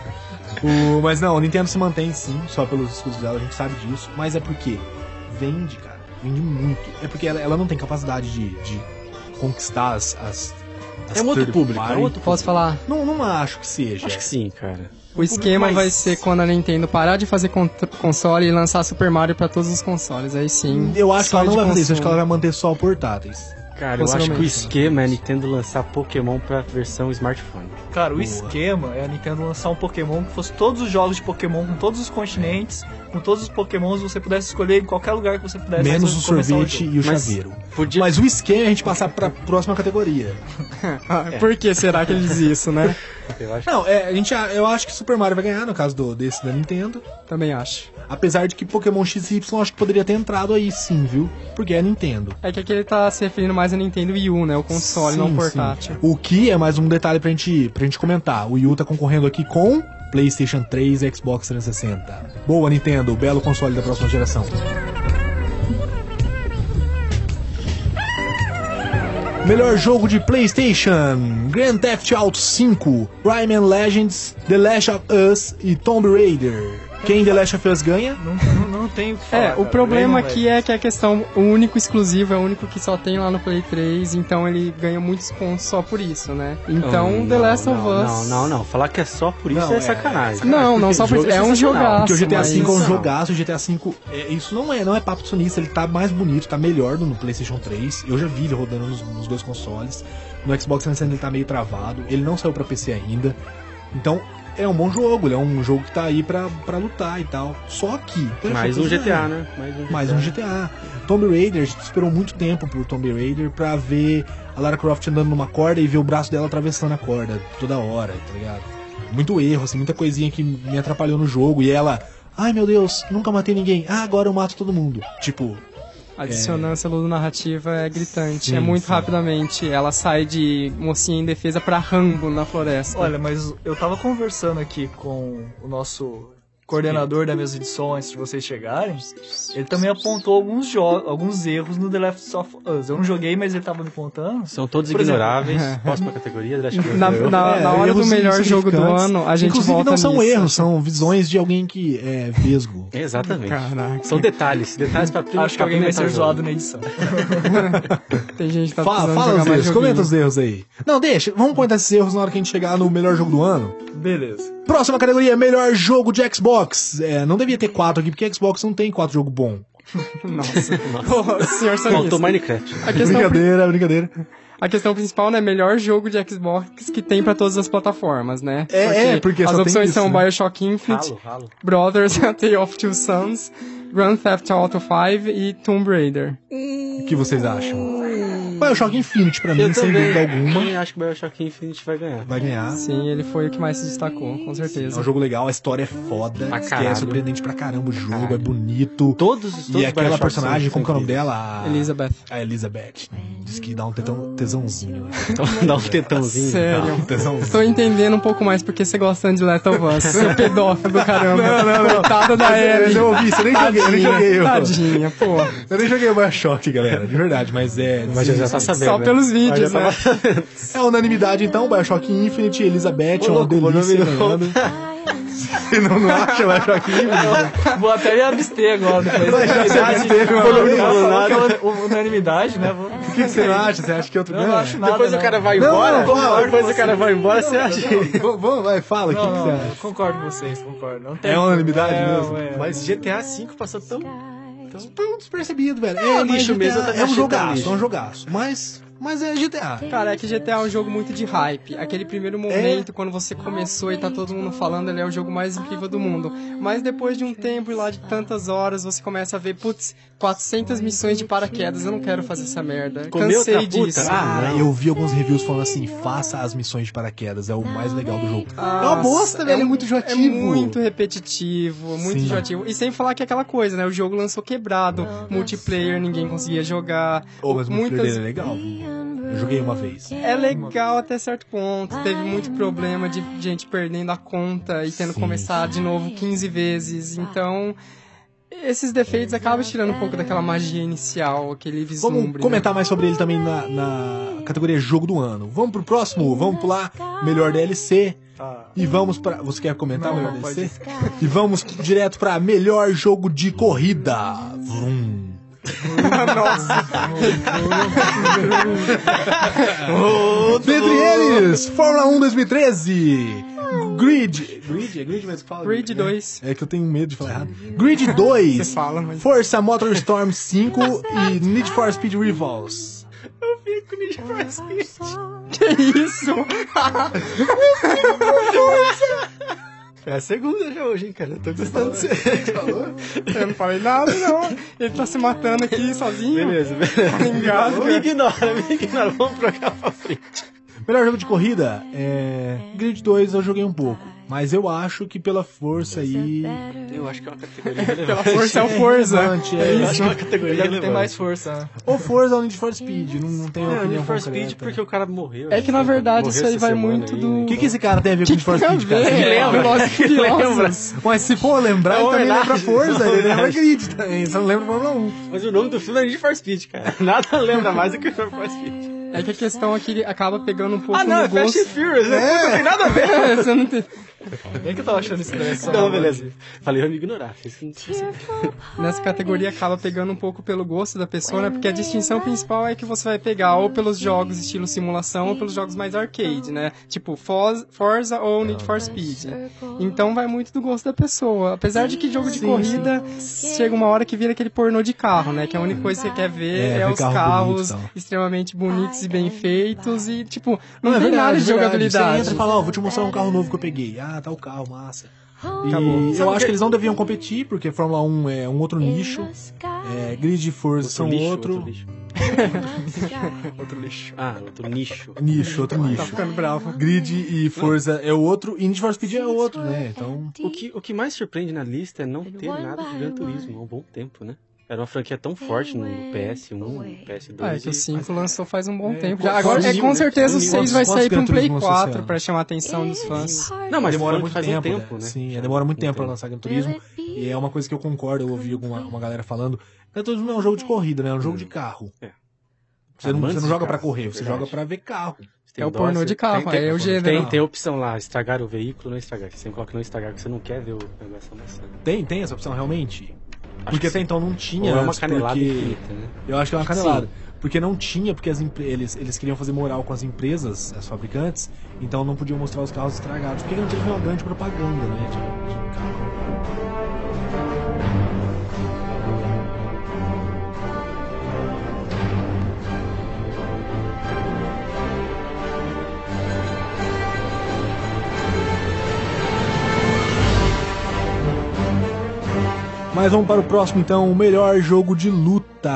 O- mas não, o Nintendo se mantém sim, só pelos exclusos dela, a gente sabe disso. Mas é porque vende, cara. Vende muito. É porque ela, ela não tem capacidade de, de conquistar as. as- as
É um outro
third
público,
party.
é um outro
Posso falar?
Não, não acho que seja.
Acho que sim, cara.
O esquema
mais-
vai ser quando a Nintendo parar de fazer con- console e lançar Super Mario pra todos os consoles. Aí sim.
Eu acho que
só
ela não
de
vai fazer isso, acho que ela
consumo.
vai manter só o portáteis.
Cara, eu acho que o
Possivelmente.
esquema é a Nintendo lançar Pokémon pra versão smartphone.
Cara, o
Boa.
esquema é a Nintendo lançar um Pokémon que fosse todos os jogos de Pokémon com todos os continentes, com todos os Pokémons, você pudesse escolher em qualquer lugar que você pudesse.
Menos
aí
o
é começar
sorvete
jogo.
e o
Mas-
chaveiro.
Podia...
Mas o esquema é a gente passar pra próxima categoria.
Ah, Por que será que ele diz isso, né?
Eu acho
Não, é, a gente, eu acho que Super Mario vai ganhar, no caso do, desse da Nintendo.
Também acho.
Apesar de que Pokémon XY acho que poderia ter entrado aí sim, viu? Porque é Nintendo.
É que aqui ele tá se referindo mais a Nintendo Wii U, né? O console, não
Sim,
o portátil.
sim. O que é mais um detalhe pra gente, pra gente comentar. O Wii U tá concorrendo aqui com PlayStation 3 e Xbox 360. Boa, Nintendo. Belo console da próxima geração. Melhor jogo de PlayStation: Grand Theft Auto 5, Rayman Legends, The Last of Us e Tomb Raider. Quem The Last of Us ganha?
Não, não, não tem o que falar.
É, o
cara.
problema
Rayman
aqui é que a questão, o único exclusivo é o único que só tem lá no Play 3, então ele ganha muitos pontos só por isso, né? Então,
Ah,
Hum,
The
não,
Last
não,
of
Não,
Us.
não, não. Falar que é só por isso
Não,
é,
é-
sacanagem.
Não, não, só por
Porque o
isso. É
jogo
um
sensacional.
jogaço.
Porque o GTA
mas-
V é um
Sensacional.
jogaço, o GTA V. é- isso não é, não é papo sonista, ele tá mais bonito, tá melhor no, no PlayStation 3. Eu já vi ele rodando nos, nos dois consoles. No Xbox 360 ele tá meio travado, ele não saiu pra PC ainda. Então, é um bom jogo, ele é um jogo que tá aí pra, pra lutar e tal. Só que.
Mais um GTA, né? Mais um GTA.
Mais um GTA. Tomb Raider, a gente esperou muito tempo pro Tomb Raider pra ver a Lara Croft andando numa corda e ver o braço dela atravessando a corda toda hora, tá ligado? Muito erro, assim, muita coisinha que me atrapalhou no jogo e ela, ai meu Deus, nunca matei ninguém, ah, agora eu mato todo mudo. Tipo,
A dissonância ludo-narrativa é gritante.
Sim,
é muito
sim.
rapidamente. Ela sai de mocinha em defesa pra Rambo na floresta.
Olha, mas eu tava conversando aqui com o nosso coordenador da mesa de som, antes de vocês chegarem, ele também apontou alguns, jo- alguns erros no The Last of Us. Eu não joguei, mas ele tava me contando.
São todos
Por exemplo-
ignoráveis.
[laughs]
Próxima categoria, Drash
Na, na-
É,
na hora do
erros
melhor jogo do
insignificantes.
ano, a gente
Inclusive,
volta
não são
nisso.
erros, são visões de alguém que é vesgo.
Exatamente.
Caraca.
São detalhes. Detalhes pra
Acho que alguém vai
complementar
ser
o
zoado
jogo.
na edição.
Tem gente que tá
Fala,
precisando
fala
jogar
os
mais
erros,
joguinho.
comenta os erros aí. Não, deixa, vamos comentar esses erros na hora que a gente chegar no melhor jogo do ano.
Beleza.
Próxima categoria, melhor jogo de Xbox. É, não devia ter quatro aqui, porque Xbox não tem quatro jogo bom. [laughs]
Nossa. Pô, senhor
Faltou
Sonista.
Minecraft.
A questão,
Brincadeira, brincadeira.
a questão principal, né? Melhor jogo de Xbox que tem pra todas as plataformas, né?
É, é, porque
As
só tem
opções
isso,
são
né?
Bioshock Infinite,
Ralo, ralo.
Brothers, [laughs] A Tale of Two Sons, Grand Theft Auto 5 e Tomb Raider.
O que vocês acham? Bioshock Infinite, pra mim,
Eu
sem
também.
dúvida alguma,
Eu acho que o Bioshock Infinite vai ganhar.
vai ganhar.
Sim, Assim, ele foi o que mais se destacou, com
É um
certeza.
jogo legal, a história é foda,
Pra
que é
caralho.
surpreendente pra caramba o jogo, é bonito.
Todos, todos
E
os
aquela
Bioshocks
personagem,
são
como que é o nome
incríveis.
dela? A,
Elizabeth.
a Elizabeth. Diz que dá um tetão- tesãozinho. né?
Então, Dá um tetãozinho.
Sério.
Dá um tesãozinho.
Tô entendendo um pouco mais porque você gosta de Last of Us,
[laughs]
seu pedófilo do caramba.
Não, não, [laughs] não. é,
Coitada da
Eu
Ellie.
não ouvi, você nem joguei, eu nem joguei. Eu, Tá
Tadinha, pô.
eu nem joguei o Bioshock, galera, de verdade, mas é...
Mas já, já tá sabendo.
Só
né?
pelos vídeos,
Mas já
né?
tá-
É unanimidade, então, Bioshock Infinite, Elizabeth, é
Ô,
uma
louco, o
delícia
nome não.
ganhando. Você não, não acha Bioshock Infinite?
Vou até me abster
[laughs]
agora. Depois.
Mas já se absteve,
Ela
falou
falou
nada.
que é un- unanimidade, né? Vou-
O que você não acha? Você acha que é outro
Eu não
ganha?
acho nada.
Depois
não.
o cara vai
Não,
embora.
não, não,
depois o cara vai embora, você acha?
Vamos, vamos, vai, fala, o que,
Não,
que
não,
você
não,
acha?
concordo com vocês, concordo. Não tem
um-
É unanimidade
É,
mesmo?
é.
Mas GTA V passou tão. tão...
Foi um despercebido, velho.
É,
mas
lixo mesmo, eu também
É um
achei
jogaço,
lixo.
é um jogaço. Mas, mas é GTA.
Cara, é que GTA é um jogo muito de hype. Aquele
É?
primeiro momento, quando você começou e tá todo mundo falando, ele é o jogo mais incrível do mundo. Mas depois de um tempo e lá de tantas horas, você começa a ver, putz, 400 missões de paraquedas, eu não quero fazer essa merda.
Comeu outra
Cansei
puta?
disso.
Ah,
Cara,
não.
eu vi alguns reviews falando assim, faça as missões de paraquedas, é o mais legal do jogo. é uma
Nossa,
bosta, velho, é
um-
muito joativo.
É muito repetitivo, muito
Sim.
joativo. E sem falar que é aquela coisa, né? O jogo lançou quebrado, multiplayer, ninguém conseguia jogar.
Ô, mas o multiplayer
muitas
dele é legal. Eu joguei uma vez.
É legal até certo ponto. Teve muito problema de gente perdendo a conta e tendo que
Sim.
começar de novo 15 vezes. Então, esses defeitos acabam tirando um pouco daquela magia inicial, aquele vislumbre.
É Vamos
né?
comentar mais sobre ele também na, na categoria jogo do ano. Vamos pro próximo, vamos pular melhor DLC
Tá.
e vamos pra. Você quer comentar
Não,
melhor
não,
DLC? E vamos direto pra melhor jogo de corrida. Vrum. [laughs] Dentre eles, Fórmula 1 2013, Grid. Grid? É Grid mesmo que fala?
Grid
É.
2.
É que eu tenho medo de falar errado. Grid 2,
Você fala, mas.
Força Motorstorm 5 e Need for Speed Revolts.
Que isso?
É a segunda já hoje, hein, cara? Eu tô gostando de você.
Eu não falei nada, não. Ele tá se matando aqui sozinho.
Beleza, beleza. Me ignora, me ignora. Vamos pra cá pra frente.
Melhor jogo de corrida? É. Grid 2 eu joguei um pouco. Mas eu acho que pela força aí.
Eu acho que é uma categoria
Pela força é o Forza.
relevante, é.
Eu acho que é uma categoria
Ele deve ter
relevante.
mais força. né?
Ou Forza ou Need for Speed, não, não tenho
É,
opinião
Need for Speed
concreta.
porque o cara morreu.
É que, na
Morreu
verdade, isso aí
essa
vai
semana né?
muito do-
O que, que esse cara tem a ver com Need for
Tem a
Speed, cara?
ver, Velozes e Furiosos.
Mas se for lembrar,
É
ele também
homenagem.
lembra Forza, ele lembra
Homenagem.
Grid também, só não lembra Fórmula 1.
Mas o nome do filme é Need for Speed, cara. [laughs] Nada lembra mais do que Need for Speed.
É que a questão aqui acaba pegando um pouco
Ah, não, é
no
Fast and
gosto.
Furious, né? Puta, Não tem nada a ver.
então.
É, [laughs] você não tem-
Bem que eu tava achando isso daí. só
Não,
uma
beleza. Falei, eu ia me ignorar. Vocês não precisam.
Nessa categoria acaba pegando um pouco pelo gosto da pessoa, né? Porque a distinção principal é que você vai pegar ou pelos jogos estilo simulação ou pelos jogos mais arcade, né? Tipo Foz- Forza ou Need for Speed. Então vai muito do gosto da pessoa. Apesar de que jogo de corrida chega uma hora que vira aquele pornô de carro, né? Que a única coisa que você quer ver
É,
é,
ver
os
carro
carros
bonito e tal.
extremamente bonitos e bem feitos e, tipo, não,
é
tem
verdade,
nada
é verdade.
de
Você
jogabilidade.
entra e fala, ó, vou te mostrar um carro novo que eu peguei. Ah, tá o carro, massa. E
Acabou.
eu
Sabe
acho
que-
que eles não deviam competir, porque Fórmula 1 é um outro nicho, é, Grid e Forza são
lixo,
outro,
lixo.
Outro lixo.
Ah, outro nicho.
nicho, outro
Tá
nicho.
ficando bravo.
Grid e Forza é outro, [laughs] e Need for Speed é outro, né? Então,
O que, o que mais surpreende na lista é não ter nada de Gran Turismo há um bom tempo, né? Era uma franquia tão forte no PS1, no PS2.
Ah, é que o
e-
5 lançou faz um bom
É,
tempo.
qual-
Já, agora,
qual
é,
nível,
com
né?
certeza o
Qual
6
nível?
vai
Quantos
sair pra um
Gran
Play
Turismo lançou esse
4
ano?
pra chamar a atenção dos fãs.
Não, mas
demora
foi
muito
faz
tempo,
um tempo,
né?
né?
Sim,
Já
demora muito tempo pra
Entendo.
lançar Gran Turismo. E é uma coisa que eu concordo, eu ouvi alguma, uma galera falando. Gran Turismo não é um jogo de corrida, né? É um jogo de carro.
É.
Você não,
Amante
você não
de
joga pra
carro,
correr,
é
você
verdade.
joga pra ver carro.
Você tem
É o
dó,
pornô
você-
de carro,
tem-
é o
tem-
gênero.
Tem, tem a opção lá, estragar o veículo ou não estragar. que Você sempre coloca não estragar, que você não quer ver o negócio amassando.
Tem, tem essa opção realmente?
Acho
porque
que
até
sim.
então não tinha.
Ou é uma
antes,
canelada
porque-
infinita, né?
Eu acho que é uma
Acho que
canelada. Porque não tinha, porque as empre- eles, eles queriam fazer moral com as empresas, as fabricantes, então não podiam mostrar os carros estragados. Porque não teve uma grande propaganda, né? De, de carro. Mas vamos para o próximo, então, o melhor jogo de luta.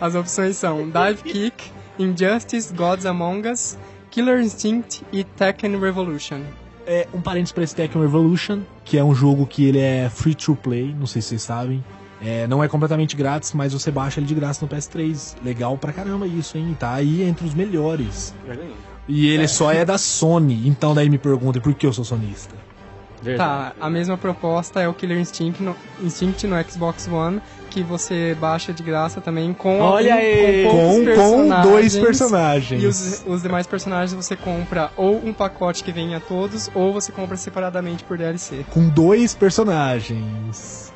As opções são Dive Kick, Injustice, Gods Among Us, Killer Instinct e Tekken Revolution.
É, um parênteses pra esse Tekken Revolution, que é um jogo que ele é free to play, não sei se vocês sabem. É, não é completamente grátis, mas você baixa ele de graça no PS3. Legal pra caramba isso, hein? Tá aí entre os melhores.
Já ganhou.
E ele só é da Sony, então daí me perguntem por que eu sou sonista.
Tá,
Verdade. né?
a mesma proposta é o Killer Instinct no, Instinct no Xbox One, que você baixa de graça também com
Olha aí!
com, poucos
Com, com dois personagens.
E os, os demais personagens você compra ou um pacote que venha todos, ou você compra separadamente por DLC.
Com dois personagens.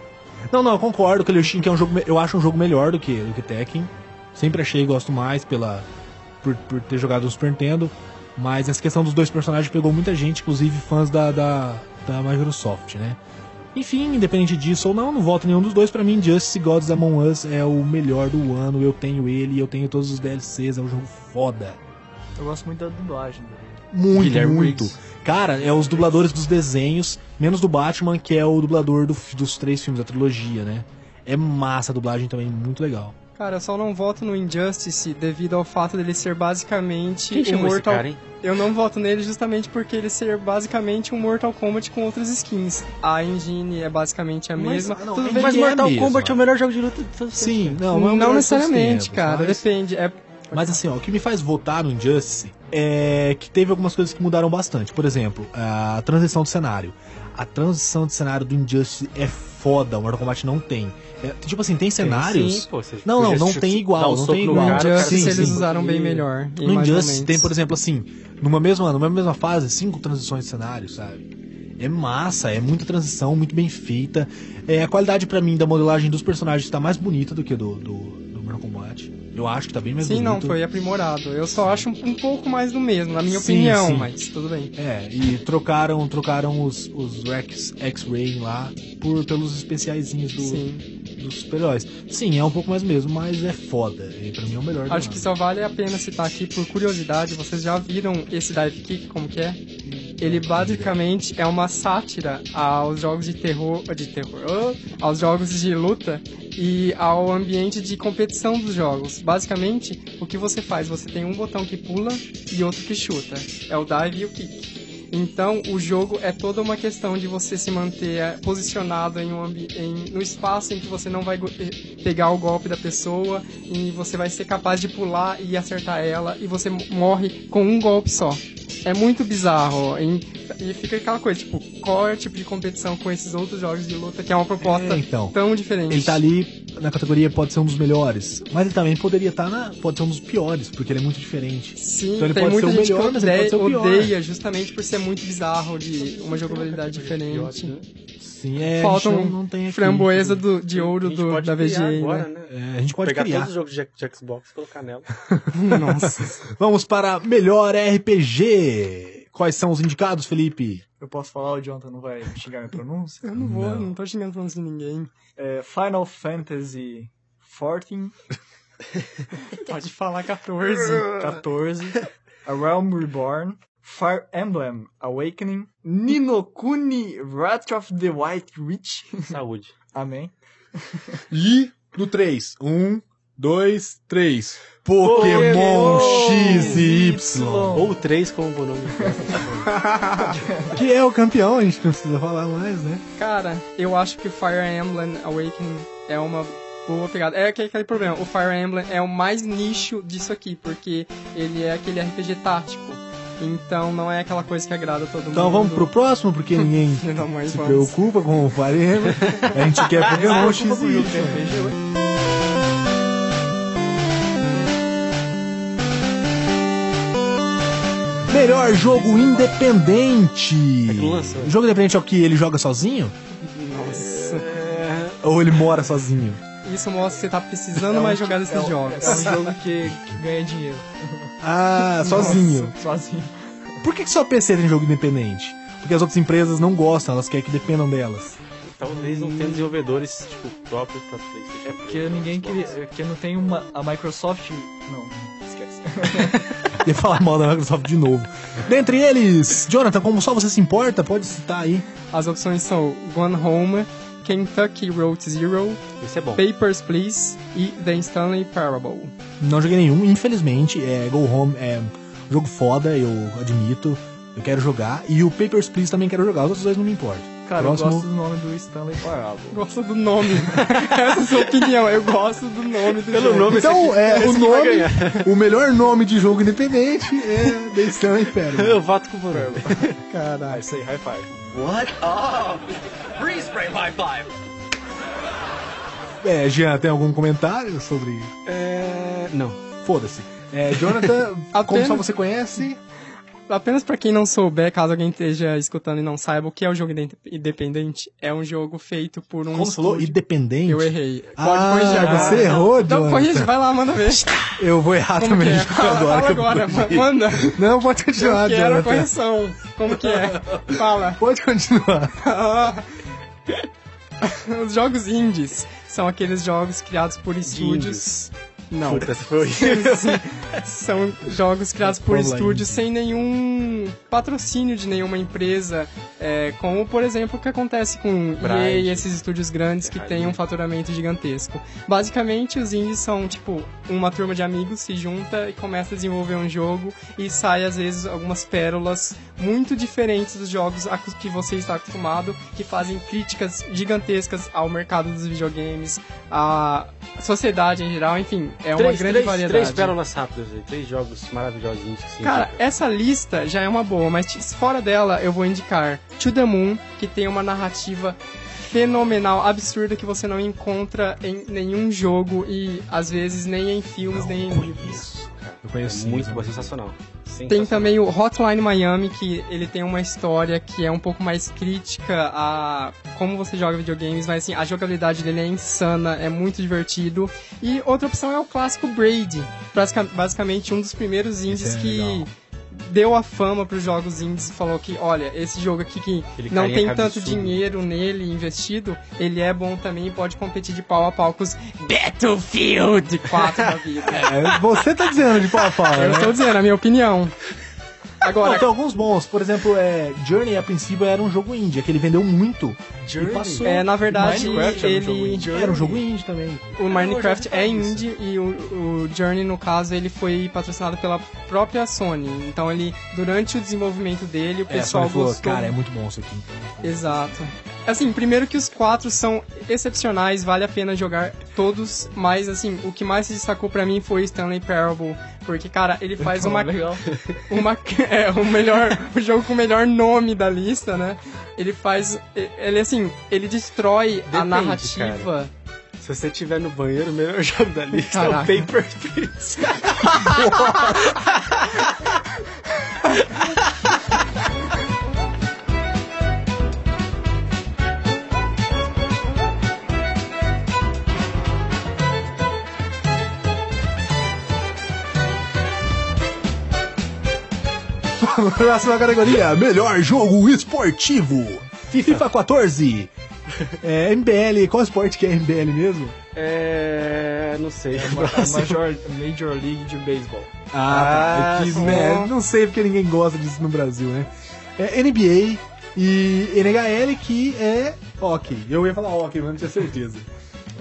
Não, não, eu concordo que o Liu que é um jogo. me- Eu acho um jogo melhor do que, do que Tekken. Sempre achei e gosto mais pela, por, por ter jogado no Super Nintendo. Mas essa questão dos dois personagens pegou muita gente, inclusive fãs da, da, da Microsoft, né? Enfim, independente disso ou não, não voto em nenhum dos dois. Pra mim, Justice Gods Among Us é o melhor do ano. Eu tenho ele, eu tenho todos os DLCs, é um jogo foda.
Eu gosto muito da dublagem dele.
Muito,
Guilherme
muito.
Briggs.
Cara, é os dubladores dos desenhos, menos do Batman, que é o dublador do- dos três filmes da trilogia, né? É massa a dublagem também, muito legal.
Cara, eu só não voto no Injustice devido ao fato dele ser basicamente
Quem
um
chamou esse
Mortal
cara, hein?
Eu não voto nele justamente porque ele ser basicamente um Mortal Kombat com outras skins. A engine é basicamente a
Mas-
mesma.
não,
Tudo
mas-
bem.
Mas
Ele é
Mortal
mesmo,
Kombat é o
mano.
melhor jogo de luta de todos os tempos.
Sim, não, mas
Não,
é o melhor de todos os
necessariamente,
tempos,
cara.
Mas,
Depende. É...
mas assim, ó, o que me faz votar no Injustice é que teve algumas coisas que mudaram bastante. Por exemplo, a transição do cenário. A transição de cenário do Injustice é foda, o Mortal Kombat não tem. É, tipo assim, tem cenários.
Sim, pô, você
Não, não,
podia
não
chu-
tem igual,
dar um
não
soco
tem
no
igual.
cara, o cara
Injustice
sim,
eles
sim.
usaram bem melhor. e
No
mais
Injustice
momentos.
tem, por exemplo, assim, numa mesma, numa mesma fase, cinco transições de cenário, sabe? É massa, é muita transição, muito bem feita. É, a qualidade pra mim da modelagem dos personagens tá mais bonita do que do, do, do Mortal Kombat. Eu acho que tá bem mais
Sim,
bonito.
não, foi aprimorado. Eu só acho um, um pouco mais do mesmo, na minha
Sim,
opinião,
sim.
mas tudo bem.
É, e trocaram, trocaram os, os Rex X-Ray lá por, pelos especiaizinhos do,
Sim.
dos super-heróis. Sim, é um pouco mais mesmo, mas é foda. E pra mim é o melhor. do
Acho que
ano.
só vale a pena citar aqui, por curiosidade, vocês já viram esse dive kick, como que é? Ele basicamente é uma sátira aos jogos de terror, de terror, oh, aos jogos de luta e ao ambiente de competição dos jogos. Basicamente, o que você faz? Você tem um botão que pula e outro que chuta. É o dive e o kick. Então, o jogo é toda uma questão de você se manter eh, posicionado em um ambi- em- no espaço em que você não vai go- eh, pegar o golpe da pessoa e você vai ser capaz de pular e acertar ela e você morre com um golpe só. É muito bizarro. hein? E fica aquela coisa, tipo, qual é o tipo de competição com esses outros jogos de luta que é uma proposta
É, então.
tão diferente?
Ele tá ali na categoria pode ser um dos melhores, mas ele também poderia estar na pode ser um dos piores, porque ele é muito diferente.
Sim,
Então ele
tem
pode ser
muita
o
gente
melhor,
que
mas ele pode
odeia,
ser o pior.
odeia justamente por ser muito bizarro, de uma jogabilidade diferente.
Sim, é,
Falta
a gente
um
não, não tem aqui.
Framboesa do- de ouro
A gente
do-
pode
da
criar
VGA,
agora,
[laughs] né?
né?
É, a gente pode
Pegar
criar.
todos os jogos de, de Xbox e colocar nela.
Nossa.
Vamos para melhor RPG. Quais são os indicados, Felipe?
Eu posso falar, o Jonathan não vai xingar minha
[laughs]
pronúncia?
Eu não vou,
Não.
não, tô xingando falando de ninguém.
É Final Fantasy XIV,
Pode falar 14.
14, A Realm Reborn, Fire Emblem Awakening, Ninokuni Wrath of the White Witch,
Saúde.
amém,
E no 3. 1, 2, 3. Pokémon X e Y.
Ou três como bonome.
Que é o campeão, a gente não precisa falar mais, né?
Cara, eu acho que Fire Emblem Awakening é uma boa pegada. É aquele, aquele problema. O Fire Emblem é o mais nicho disso aqui, porque ele é aquele RPG tático. Então não é aquela coisa que agrada todo mundo.
Então vamos pro próximo, porque ninguém
Não, mas
se
vamos.
preocupa com o Fire Emblem. A gente quer um Pokémon XY. Melhor jogo independente.
É que não lançou.
O jogo independente é o que ele joga sozinho?
Nossa.
Ou ele mora sozinho?
Isso mostra que você tá precisando
É um-
mais jogar desses
é um-
jogos.
É um jogo que, que ganha dinheiro.
Ah, sozinho.
Nossa, sozinho.
Por que, que só PC tem jogo independente? Porque as outras empresas não gostam, elas querem que dependam delas.
[laughs] Talvez não tenha desenvolvedores tipo, próprios pra PlayStation.
É porque ninguém queria. Porque não tem uma. A Microsoft. Não, esquece.
[laughs] Ia falar mal da Microsoft de novo. Dentre eles, Jonathan, como só você se importa, pode citar aí.
As opções são Gone Home, Kentucky Road Zero,
Esse é bom.
Papers, Please e The Stanley Parable.
Não joguei nenhum, infelizmente. É, Go Home é um jogo foda, eu admito. Eu quero jogar. E o Papers, Please também quero jogar. Os outros dois não me importam.
Cara,
Próximo.
eu gosto do nome do Stanley Parable.
Gosto do nome. [laughs] Essa é a sua opinião. Eu gosto do nome do Pelo nome.
Então, é, o
esse que vai
nome,
ganhar.
o melhor nome de jogo independente é The Stanley Imperium.
Eu voto com o Varela.
Caralho.
Isso aí, high five.
É, Jean, tem algum comentário sobre.
[laughs] É... Não.
Foda-se. É, Jonathan, como
Apenas-
só você conhece,
Apenas pra quem não souber, caso alguém esteja escutando e não saiba o que é o jogo inde- independente, é um jogo feito por um.
como você falou,
estúdio-
independente.
Eu errei. Pode
Ah,
corrigir agora.
você errou,
Então
Jonathan.
corrige, vai lá, manda ver.
Eu vou errar
Como que
também
é? Fala
agora.
fala
que eu
agora,
buguei. [laughs]
manda.
Não, pode continuar,
Eu quero a
Jonathan.
correção. Como que é? Fala.
Pode continuar.
[laughs] Os jogos indies são aqueles jogos criados por estúdios. Não.
Puta, essa foi
[laughs] são jogos criados por
Vamos lá,
estúdios sem nenhum patrocínio de nenhuma empresa, é, como por exemplo o que acontece com EA
Bright.
e esses estúdios grandes que têm um faturamento gigantesco. Basicamente, os indies são tipo uma turma de amigos se junta e começa a desenvolver um jogo e sai às vezes algumas pérolas muito diferentes dos jogos a que você está acostumado, que fazem críticas gigantescas ao mercado dos videogames, à sociedade em geral, enfim, é uma
três,
grande
três,
variedade.
Três pérolas rápidas aí. Três jogos maravilhosinhos. assim, tipo, que se
Cara,
indicam.
essa lista já é uma boa, mas t- fora dela eu vou indicar To The Moon, que tem uma narrativa fenomenal, absurda, que você não encontra em nenhum jogo e às vezes nem em filmes, nem em livros.
Isso, cara.
Eu
É
conheço
muito bom, sensacional.
Tem
Sensacional.
também o Hotline Miami, que ele tem uma história que é um pouco mais crítica a como você joga videogames, mas assim, a jogabilidade dele é insana, é muito divertido. E outra opção é o clássico Braid, basica- basicamente um dos primeiros indies
é
que
legal.
deu a fama para os jogos indies e falou que, olha, esse jogo aqui que
Ele
não
carinha
tem
cabeçudo.
tanto dinheiro nele investido, ele é bom também e pode competir de pau a pau com os Battlefield 4 da vida.
É, você tá dizendo de qual fala,
Eu
né?
estou dizendo, é a
[laughs]
minha opinião. Agora,
Não, tem alguns bons. Por exemplo, é, Journey, a princípio, era um jogo indie, que ele vendeu muito. E passou.
É, na verdade,
Minecraft era um jogo
ele,
indie.
Era um jogo indie também.
o Minecraft
Eu já
é
ouvi falar disso.
indie e o, o Journey, no caso, ele foi patrocinado pela própria Sony. Então, ele, durante o desenvolvimento dele, o
É, a
pessoal
Sony falou,
gostou.
cara, é muito bom isso aqui. então.
Exato. Assim, primeiro que os quatro são excepcionais, vale a pena jogar todos, mas assim, o que mais se destacou pra mim foi Stanley Parable, porque cara, ele faz uma
legal.
[laughs] uma é o melhor o jogo com o melhor nome da lista, né? Ele faz ele assim, ele destrói a
Depende,
narrativa.
Se você estiver no banheiro, o melhor jogo da lista
Caraca.
é o Paper Please.
[laughs] Próxima categoria, melhor jogo esportivo. FIFA 14. É, MBL, qual esporte que é MBL mesmo?
É... não sei.
É uma, é uma jor- Major League de Baseball.
Ah,
Ah,
eu quis,
tá.
né? Não sei porque ninguém gosta disso no Brasil, né? É NBA e NHL que é ok. Eu ia falar ok, mas não tinha certeza.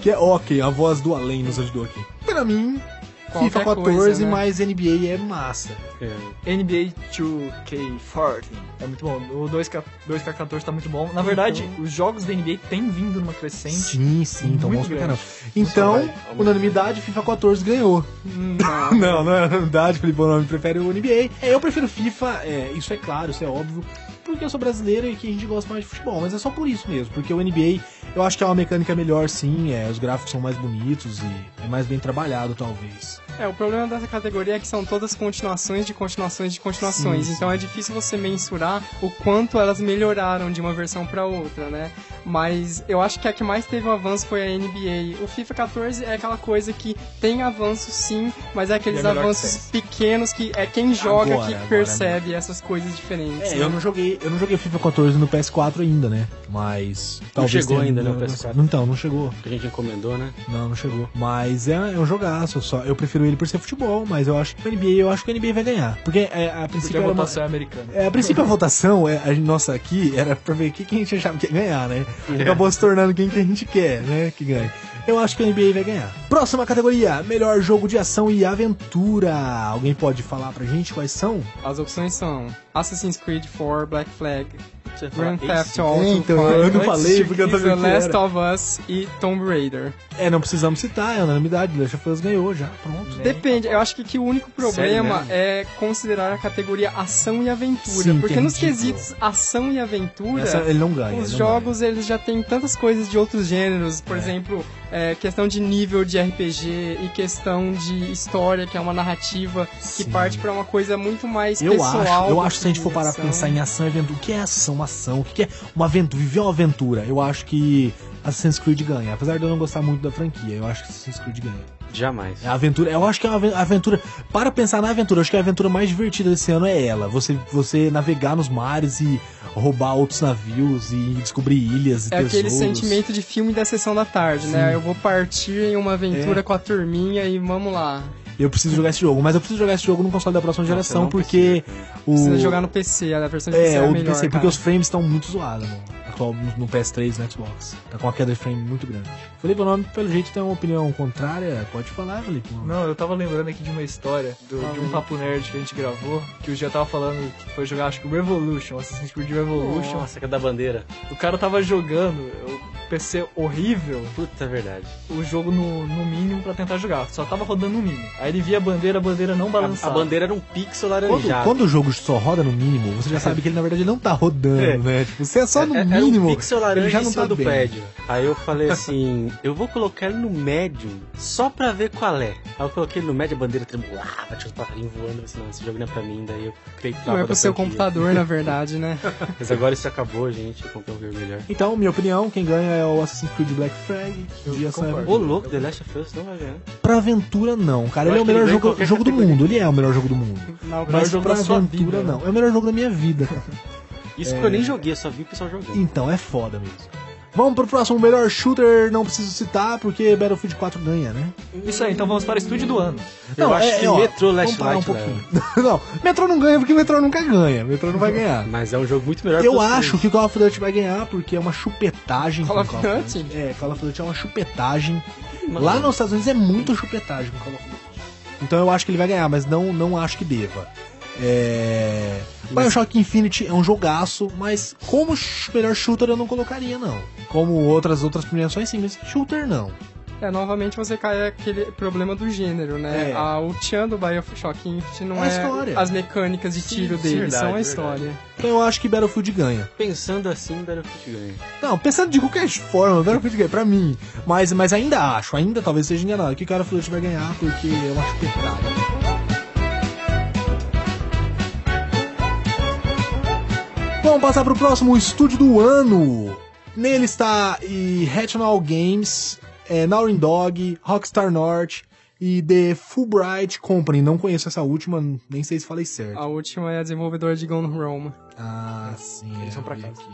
Que é ok, a voz do além nos ajudou aqui. Pra mim,
Qualquer
FIFA 14
coisa, né?
mais NBA é massa.
É,
NBA 2K14. É muito bom. O 2K, 2K14 tá muito bom. Na verdade, os jogos da NBA têm vindo numa crescente.
Sim, sim, então
Muito
bons pra
grande.
caramba. Então,
vai, vamos.
unanimidade, FIFA 14 ganhou.
Não.
[laughs] Não, não é unanimidade, Felipe Bonome prefere o NBA. É, eu prefiro FIFA, é, isso é claro, isso é óbvio, porque eu sou brasileiro e que a gente gosta mais de futebol, mas é só por isso mesmo, porque o NBA eu acho que é uma mecânica melhor sim, é, os gráficos são mais bonitos e é mais bem trabalhado talvez.
É, o problema dessa categoria é que são todas continuações de continuações de continuações.
Sim, sim.
Então é difícil você mensurar o quanto elas melhoraram de uma versão pra outra, né? Mas eu acho que a que mais teve um avanço foi a NBA. O FIFA 14 é aquela coisa que tem avanço sim, mas é aqueles
E é melhor que
avanços pequenos que é quem joga
Agora,
que
agora
percebe essas coisas diferentes.
É,
né?
eu não joguei, eu não joguei FIFA 14 no PS4 ainda, né? Mas
chegou
tenha-
ainda, né, o PS4.
Então, não chegou.
que a gente encomendou, né?
Não, não chegou. Mas é, é um jogaço só. Eu prefiro ele por ser futebol, mas eu acho que o NBA, eu acho que o NBA vai ganhar. Porque é, a
Porque
princípio
a
era uma-
votação é americana.
É, a princípio a votação, é, a gente- nossa aqui, era pra ver o que que a gente achava que ia ganhar, né? Acabou se tornando quem que a gente quer, né? Que ganha. Eu acho que a NBA vai ganhar. Próxima categoria: melhor jogo de ação e aventura. Alguém pode falar pra gente quais são?
As opções são Assassin's Creed 4, Black Flag,
Você fala
Grand Theft
esse?
Auto,
É, então, eu não falei porque eu sabia
The
que
Last
era.
of Us e Tomb Raider.
É, não precisamos citar, é unanimidade. Last of Us ganhou já, pronto.
Né?
É, Depende, eu acho que, que o único problema
Sério mesmo?
é considerar a categoria ação e aventura.
Sim,
porque
que é
nos
ridículo.
quesitos ação e aventura,
Essa ele não ganha.
os
ele não
jogos eles já têm tantas coisas de outros gêneros. Por exemplo, é, questão de nível de RPG e questão de história, que é uma narrativa que
Sim.
parte pra uma coisa muito mais
Eu
pessoal.
acho,
do
eu acho que se a gente
que
for parar pra
ação.
pensar em ação e aventura, o que é ação, uma ação, o que é uma aventura, viver uma aventura, eu acho que Assassin's Creed ganha. Apesar de eu não gostar muito da franquia, eu acho que Assassin's Creed ganha.
Jamais.
A aventura, eu acho que é uma aven- aventura, para pensar na aventura, eu acho que a aventura mais divertida desse ano é ela. Você, você navegar nos mares e roubar outros navios e descobrir ilhas e
É aquele
tesouros.
sentimento de filme da sessão da tarde, né? Eu vou partir em uma
É.
aventura com a turminha e vamos lá.
Eu preciso jogar esse jogo, mas eu preciso jogar esse jogo no console da próxima
Nossa, eu
geração
não
porque o
Precisa jogar no PC, a versão de PC
É,
é
o
a
do
melhor.
PC, porque
cara.
os frames estão muito zoados no, atual- no- no PS3 e no Xbox. Tá com uma queda de frame muito grande. Felipe, o nome, pelo jeito, tem uma opinião contrária. Pode falar, Felipe.
Não, eu tava lembrando aqui de uma história do- de um papo nerd que a gente gravou, que o dia tava falando que foi jogar, acho que o Revolution, Assassin's Creed Revolution.
Nossa, que é da bandeira.
O cara tava jogando, o PC horrível,
Puta é verdade.
o jogo no, no mínimo pra tentar jogar. Só tava rodando no mínimo. Aí ele via a bandeira, a bandeira não
A, a
balançava.
bandeira era um pixel
Quando,
laranjado.
quando o jogo só roda no mínimo, você já sabe que ele, na verdade, não tá rodando,
É.
né? Tipo, você é só no
É- era
mínimo.
um pixel laranja
ele já
em
não
cima
tá
do
bem.
prédio. Aí eu falei assim, eu vou colocar ele no médium, só pra ver qual é. Aí eu coloquei ele no médium, a bandeira tremulava, tinha os passarinhos voando, eu falei assim, não, esse jogo não é pra mim, daí eu creio que
Não é pro seu
[laughs]
computador, na verdade, né?
Mas agora isso acabou, gente, eu comprei um jogo melhor.
Então, minha opinião, quem ganha é o Assassin's Creed Black Flag.
Eu
de ação e
concordo.
aventura.
Ô louco, The Last of Us não vai ganhar.
Pra aventura, não, cara.
Eu
Ele é
acho
o
que
melhor
ele ganha em
jogo,
qualquer
jogo do
categoria.
mundo. Ele é o melhor jogo do mundo.
Não, o
Mas
melhor
pra
sua
aventura,
vida, né?
não. É o melhor jogo da minha vida, cara.
Isso que eu nem joguei, eu só vi o pessoal jogando.
Então, é foda mesmo. Vamos pro próximo melhor shooter, não preciso citar, porque Battlefield 4 ganha, né?
Isso aí, então vamos para o estúdio do ano.
Eu acho que
é, ó,
Metro
vamos
Last
parar
Light né?
um pouquinho. [laughs] não, Metro não ganha porque Metro nunca ganha. Metro não vai ganhar.
Mas é um jogo muito melhor
Eu
os três.
acho que Call of Duty vai ganhar porque é uma chupetagem.
Call
com
of Duty?
É, Call of Duty é uma chupetagem.
Mano,
Lá nos Estados Unidos é muito chupetagem com Call of Duty. Então eu acho que ele vai ganhar, mas não, não acho que deva. É... Bioshock Infinity é um jogaço, mas como sh- melhor shooter eu não colocaria, não. Como outras outras premiações, sim, mas shooter não.
É, novamente você cai aquele problema do gênero, né?
É.
A, o Tchan do Bioshock Infinite não
É a
é,
história.
as mecânicas de
Sim,
tiro
sim,
dele,
verdade,
são a
verdade.
história.
Então eu acho que Battlefield ganha.
Pensando assim, Battlefield ganha.
Não, pensando de qualquer forma, Battlefield ganha pra mim. Mas, mas ainda acho, ainda talvez seja enganado, que o cara falou que vai ganhar porque eu acho que é caro. Vamos passar pro próximo estúdio do ano. Nele está e Retnal Games, é, Naughty Dog, Rockstar North e The Fulbright Company. Não conheço essa última, nem sei se falei certo.
A última é a desenvolvedora de Gone Rome.
Ah, sim.
Eles
eu
vão pra
vi
casa.
aqui.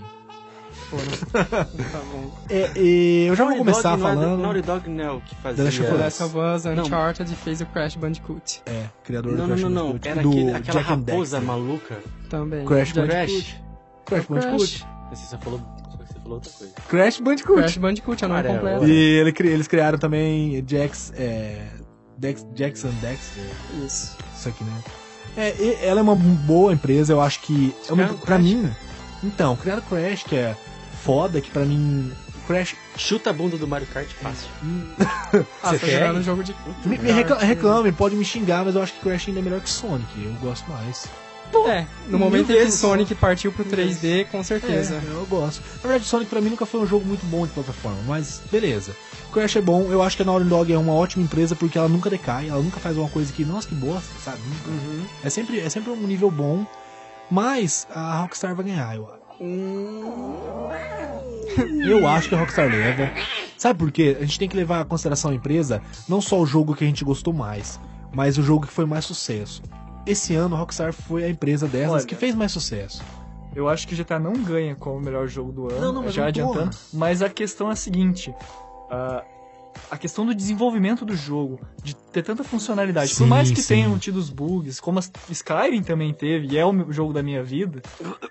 Foram. tá bom.
É, é, eu já vou
Naughty
começar
Dog não é-
falando.
Naughty Dog não é o que fazia...
Last of
The
Us.
Last of Us,
Não.
Uncharted fez o Crash Bandicoot
É, criador
Não,
do
não,
Crash
não, não.
Bandicoot,
Era
do
aquele,
Jack
aquela
and
raposa
Dexter.
maluca.
também.
Crash
Jack-
Crash.
Crash Bandicoot.
Mas Você só falou, só que você falou outra coisa.
Crash Bandicoot.
Crash Bandicoot, é o nome
Amarelo.
completo.
E ele cri- eles criaram também Jack's é, Dex- Jackson Dexter.
Isso.
Isso aqui, né? É, e- ela é uma boa empresa, eu acho que. É uma,
Criaram
pra
Crash,
mim. Então, criaram Crash, que é foda, que pra mim. Crash.
Chuta a bunda do Mario Kart fácil.
Ah,
Você
tá
quer?
jogando jogo de. Ah,
Me, me recla- reclame, pode me xingar, mas eu acho que Crash ainda é melhor que Sonic. Eu gosto mais.
É, no
Mil
momento em que
vezes.
Sonic partiu pro 3D, com certeza.
É, eu gosto. Na verdade, Sonic pra mim nunca foi um jogo muito bom de plataforma, mas beleza. Crash é bom, eu acho que a Naughty Dog é uma ótima empresa porque ela nunca decai, ela nunca faz uma coisa que, nossa, que bosta, sabe? Nunca. É, sempre, é sempre um nível bom, mas a Rockstar vai ganhar, eu acho. Eu acho que a Rockstar leva. Sabe por quê? A gente tem que levar em consideração a empresa, não só o jogo que a gente gostou mais, mas o jogo que foi mais sucesso. Esse ano a Rockstar foi a empresa dessas
Olha.
que fez mais sucesso.
Eu acho que GTA não ganha como o melhor jogo do ano,
Não, não, mas
já
não
adiantando.
porra.
Mas a questão é a seguinte: ah, a questão do desenvolvimento do jogo, de ter tanta funcionalidade,
Sim,
por mais que
sim.
tenham tido os bugs, como a Skyrim também teve, e é o meu jogo da minha vida,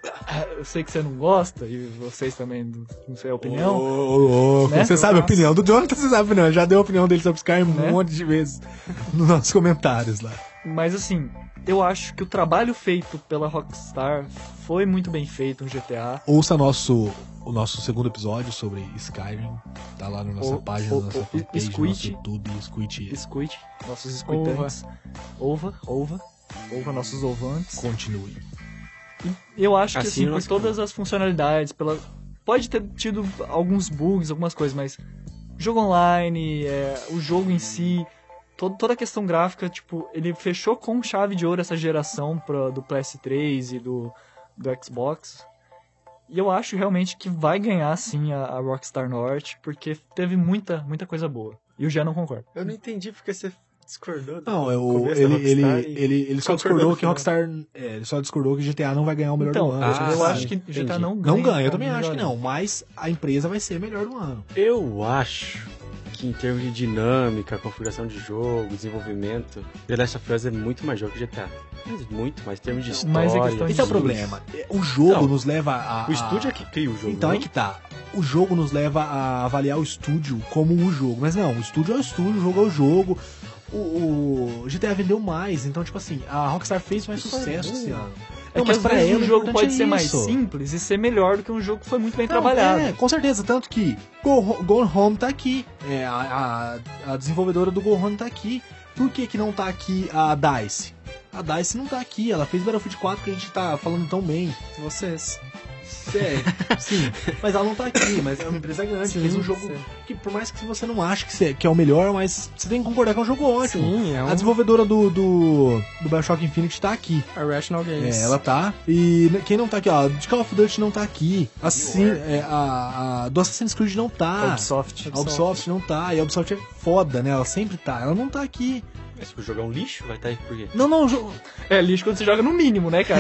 [coughs] eu sei que você não gosta, e vocês também, não sei a opinião.
Ô, louco.
Né?
Você sabe a
Nossa.
opinião do Jonathan, você sabe a opinião. Já deu a opinião dele sobre Skyrim
Né?
um monte de vezes [laughs] nos nossos comentários lá.
Mas assim, eu acho que o trabalho feito pela Rockstar foi muito bem feito no GTA.
Ouça nosso, o nosso segundo episódio sobre Skyrim. Tá lá na nossa
O-
página,
o-
na nossa
o-
fanpage, no
Squid.
nosso YouTube, Squid
Escute, nossos escutantes. Ova, ova, ova, nossos ouvantes.
continue.
E Eu acho que
Assim
assim, por
nós-
todas as funcionalidades, pela... pode ter tido alguns bugs, algumas coisas, mas jogo online, é, o jogo em si, to- toda a questão gráfica, tipo, ele fechou com chave de ouro essa geração pra- do PS3 e do, do Xbox. E eu acho realmente que vai ganhar sim a, a Rockstar Norte, porque teve muita, muita coisa boa. E eu já não concordo.
Eu não entendi porque você discordou. do
Não, eu,
começo da
ele, ele,
Rockstar e-
ele, ele só discordou
Concordou
que Rockstar. é, ele só discordou que GTA não vai ganhar o melhor
Então,
do ano.
Ah,
eu
sim.
acho que
entendi.
GTA não ganha.
Não ganha, eu
como
também acho que
melhor
não, mas a empresa vai ser a melhor do ano.
Eu acho que em termos de dinâmica, configuração de jogo, desenvolvimento, The Last of Us é muito mais jogo que GTA. Mas muito mais. Em termos de história...
Mas é questão de
Esse é o
Sim.
problema. O jogo
Não.
nos leva a.
O
a-
estúdio é que cria o jogo,
Então
não?
é
Uhum.
que tá. O jogo nos leva a avaliar o estúdio como o jogo. Mas não, o estúdio é o estúdio, o jogo é o jogo. O, o GTA vendeu mais, então, tipo assim, a Rockstar fez mais sucesso esse ano.
É que às vezes um
o
jogo pode
importante
ser
é
mais
isso.
simples e ser melhor do que um jogo que foi muito bem
Não,
trabalhado.
É, com certeza, tanto que Go, Ho- Go Home tá aqui. É, a, a- a desenvolvedora do Go Home tá aqui. Por que, que não tá aqui a DICE? A DICE não tá aqui, ela fez Battlefield 4 que a gente tá falando tão bem.
Vocês.
Sério, [laughs] sim. Mas ela não tá aqui, mas é uma empresa grande, fez um jogo que por mais que você não ache que, cê- que é o melhor, mas você tem que concordar que é um jogo ótimo.
Sim, é
A
um
desenvolvedora do, do, do Bioshock Infinite tá aqui.
Irrational Games.
É, ela tá. E n- quem não tá aqui, ó, de Call of Duty não tá aqui. Assim, é, a, a- do Assassin's Creed não tá.
Ubisoft. é
A Ubisoft não tá. E a Ubisoft é foda, né? Ela sempre tá. Ela não tá aqui.
Mas se o jogo é um lixo, vai estar aí por quê?
Não, não, o jogo.
É lixo quando você joga no mínimo,
[laughs]
né, cara?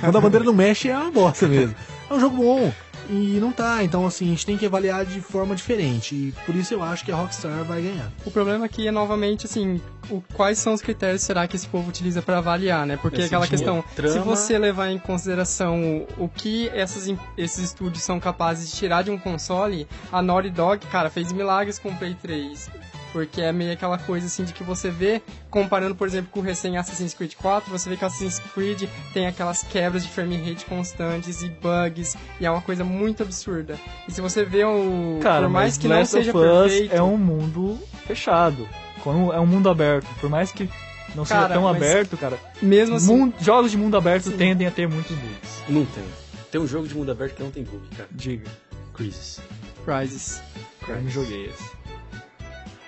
Quando a bandeira não mexe é uma bosta mesmo. É um jogo bom. E não tá, então assim, a gente tem que avaliar de forma diferente. E por isso eu acho que a Rockstar vai ganhar.
O problema aqui é novamente assim, o- quais são os critérios será que esse povo utiliza pra avaliar, né? Porque
Esse
aquela
dinheiro,
questão, se
um trama-
você levar em consideração o, o que essas em- esses estúdios são capazes de tirar de um console, a Naughty Dog, cara, fez milagres com o Play 3. Porque é meio aquela coisa assim de que você vê, comparando, por exemplo, com o recém Assassin's Creed 4, você vê que o Assassin's Creed tem aquelas quebras de frame rate constantes e bugs, e é uma coisa muito absurda. E se você vê
É,
o.
cara,
por mais
mas
que não
Last
seja
of Us
perfeito.
é um mundo fechado. Quando é um mundo aberto. Por mais que não seja
Cara,
tão
mas-
aberto, cara.
Mesmo assim,
mun- jogos de mundo aberto tendem a ter muitos bugs.
Não tem. Tem um jogo de mundo aberto que não tem bug, cara.
Diga.
Crisis.
Crysis.
Eu não joguei esse.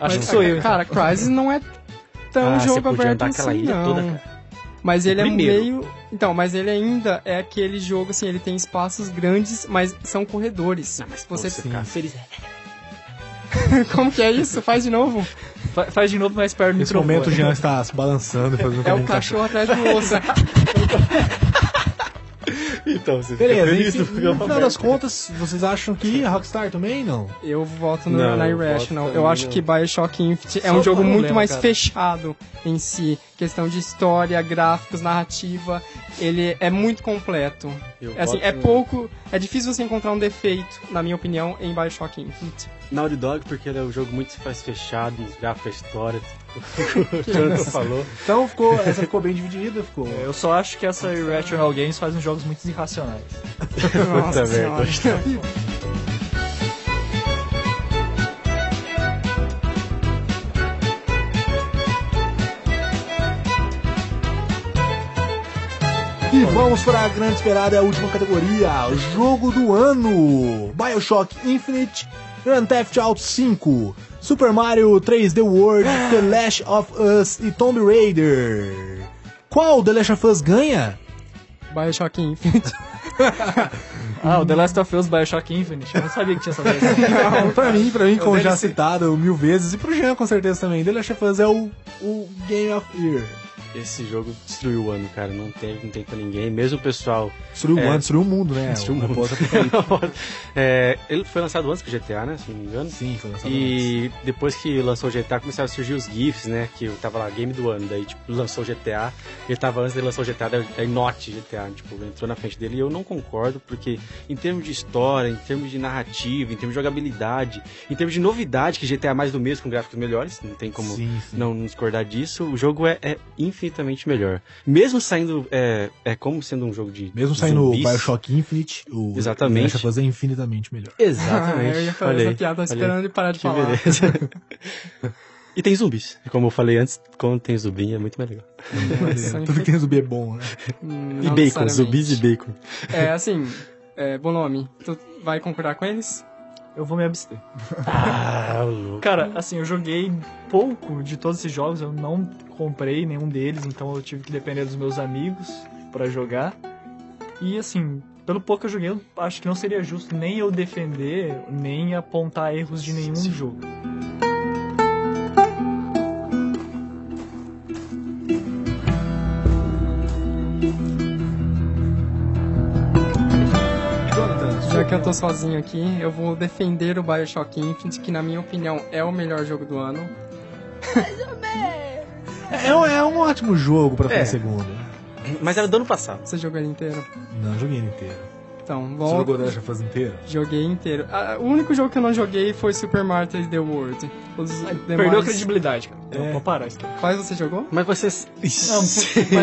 Mas,
Acho que sou eu. então.
Cara, Crysis não é tão
Ah, você
jogo
podia
aberto
andar aquela
assim,
ilha
não.
toda, cara.
Mas ele é
Primeiro.
meio... Então, mas ele ainda é aquele jogo, assim, ele tem espaços grandes, mas são corredores. mas você...
Então, Você ficar feliz.
[laughs] Como que é isso? Faz de novo.
Fa- faz de novo mais perto do
Nesse
microfone.
momento o Jean está se balançando, fazendo
É
como
o
um cachorro.
cachorro atrás do osso.
[laughs] Então, você
Beleza,
fica feliz
enfim,
no
no
programa
final das
aberto.
contas, vocês acham que a Rockstar também não?
Eu voto no,
Não,
na
eu
Irrational.
voto
Eu
também
acho
no-
que Bioshock Infinite é
Só
um jogo
por problema,
muito mais
cara.
fechado em si. Questão de história, gráficos, narrativa. Ele é muito completo.
Eu um
É assim,
voto
é
no
pouco... É difícil você encontrar um defeito, na minha opinião, em Bioshock Infinite.
Naughty Dog porque ele é um jogo muito mais fechado, nos gráficos, a história, [laughs] O Jonathan falou.
Então ficou, essa ficou bem dividida, ficou.
É,
Eu só acho que essa Irrational Games faz uns jogos muito irracionais.
Nossa
Puta merda.
senhora.
E vamos para a grande esperada, a última categoria, jogo do ano. BioShock Infinite, Grand Theft Auto 5, Super Mario 3D World,
Ah.
The Last of Us e Tomb Raider. Qual The Last of Us ganha?
Bioshock Infinite.
Ah, o The Last of Us Bioshock Infinite. Eu não sabia que tinha essa coisa.
Ah,
Não, [laughs] pra mim,
é
pra mim, como já
DLC.
citado mil vezes, e pro Jean com certeza também, The Last of Us é o, o Game of Year.
Esse jogo destruiu o ano, cara. Não teve, não tem pra ninguém. Mesmo o pessoal
Destruiu o
É.
ano, destruiu o mundo, né?
Destruiu o
Uma
mundo.
bosta perfeita.
[laughs] É, ele foi lançado antes que o GTA, né? Se não me engano.
Sim, foi lançado antes.
E depois que lançou o GTA, começaram a surgir os GIFs, né? Que eu tava lá, game do ano. Daí, tipo, lançou o GTA. Ele tava antes de lançar o GTA, daí daí Not GTA, tipo, entrou na frente dele. E eu não concordo, porque em termos de história, em termos de narrativa, em termos de jogabilidade, em termos de novidade, que GTA é mais do mesmo com gráficos melhores, não tem como
Sim, sim.
não discordar disso, o jogo é, é infinitamente melhor. Mesmo saindo, é, é como sendo um jogo de.
Mesmo saindo
zumbis,
o Bioshock Infinite, o
Exatamente.
The Last of Us é infinitamente melhor.
[laughs]
Exatamente.
Ah, eu ia fazer
Olha
essa
aí,
piada, tava
olha aí.
esperando ele parar de
Que
falar.
beleza. e tem zumbis. Como eu falei antes, quando tem zumbi é muito mais legal.
Nossa,
Tudo que tem zumbi é bom, né?
Hum, Não
E bacon,
necessariamente.
zumbis e bacon.
É, assim, é, Bonomi, tu vai concordar com eles?
Eu vou me abster.
Ah, louco.
Cara, assim, eu joguei pouco de todos esses jogos, eu não comprei nenhum deles, então eu tive que depender dos meus amigos pra jogar. E assim, pelo pouco que eu joguei, eu acho que não seria justo nem eu defender, nem apontar erros de nenhum jogo.
Já que eu tô sozinho aqui, eu vou defender o Bioshock Infinite, que na minha opinião é o melhor jogo do ano.
É, um- é um ótimo jogo pra ficar
É.
em segundo. né?
Mas era do ano passado.
Você jogou ele inteiro?
Não, eu joguei ele inteiro.
Então,
Você
bom,
jogou The
né?
Last of Us inteiro?
joguei inteiro. Ah, o único jogo que eu não joguei foi Super Mario 3D World. Os
Perdeu a
demais- Ah,
credibilidade, cara.
É.
Eu vou parar isso. aqui.
Quais você jogou?
Mas vocês.
Não,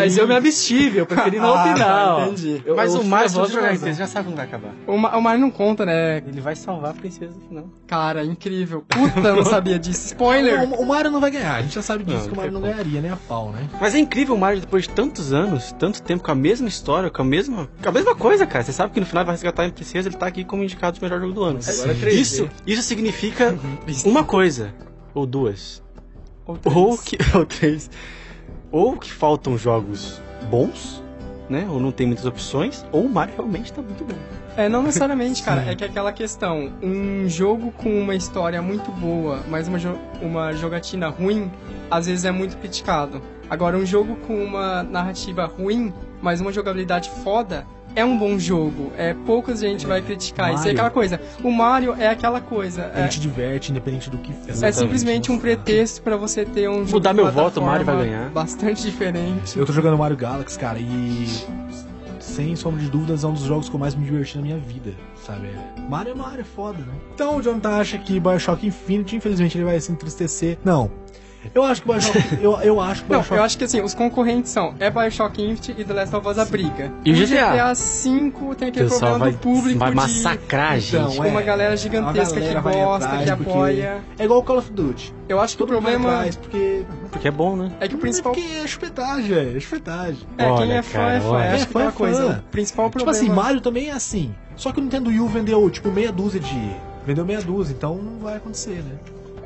[laughs] mas eu me abstive,
[laughs]
eu preferi não opinar. ó.
entendi.
Eu-
Ah, Mas
eu
o
fui
Mario,
a
se
voz
você
da
jogar
razão.
inteiro, já sabe quando vai acabar.
Ah, O, Ma- o Mario não conta, né?
Ele vai salvar a princesa no final.
Cara, incrível. Puta, eu não sabia disso. Spoiler!
O, o Mario não vai ganhar, a gente já sabe disso
Não,
que o Mario não
não tem
ganharia, nem a pau, né?
Mas é incrível o Mario, depois de tantos anos, tanto tempo, com a mesma história, com a mesma, com a mesma coisa, cara. Você sabe que no final ele vai resgatar a princesa, ele tá aqui como indicado do melhor jogo do ano.
Agora é 3D.
Isso, isso significa uma coisa, ou duas,
Ou
ou
três.
que, [laughs] ou três, ou que faltam jogos bons, né? Ou não tem muitas opções, ou o Mario realmente tá muito bom.
É, não
[laughs]
necessariamente, cara.
Sim.
É que aquela questão, um jogo com uma história muito boa, mas uma, jo- uma jogatina ruim, às vezes é muito criticado. Agora, um jogo com uma narrativa ruim, mas uma jogabilidade foda, é um bom jogo. É, pouca gente vai criticar. Isso é
Mario.
aquela coisa. O Mario é aquela coisa.
A
É,
gente diverte, independente do que fizer.
é simplesmente um pretexto pra você ter um jogo.
Mudar
de
meu voto, o Mario vai
plataforma
ganhar.
Bastante [laughs] diferente.
Eu tô jogando Mario Galaxy, cara, e sem sombra de dúvidas é um dos jogos que eu mais me diverti na minha vida, sabe? Mario é Mario, é foda, né? Então o Jonathan acha que Bioshock Infinite, infelizmente, ele vai se entristecer. Não. Eu acho que
[laughs]
Bioshock. eu, eu acho que
Não,
Bioshock.
eu acho que assim, os concorrentes são é Bioshock Infinite e The Last of Us a briga.
E o GTA?
GTA V tem aquele é problema do público
vai
de
massacrar a gente.
Então,
uma
é,
galera gigantesca
uma galera
que
vai
gosta,
atrás
que
porque-
apoia.
É igual o Call of Duty.
Eu acho que o
Todo mundo vai
problema
atrás, porque.
Porque é bom, né?
é que o principal
Porque é chupetagem, velho. É chupetagem.
é quem
Olha,
é fã
cara,
é fã,
olha.
acho que
Fã é
é uma
fã.
coisa. O principal
Tipo
problema
assim, Mario também é assim. Só que o Nintendo Wii U vendeu, tipo, meia dúzia de. Vendeu meia dúzia, então não vai acontecer, né?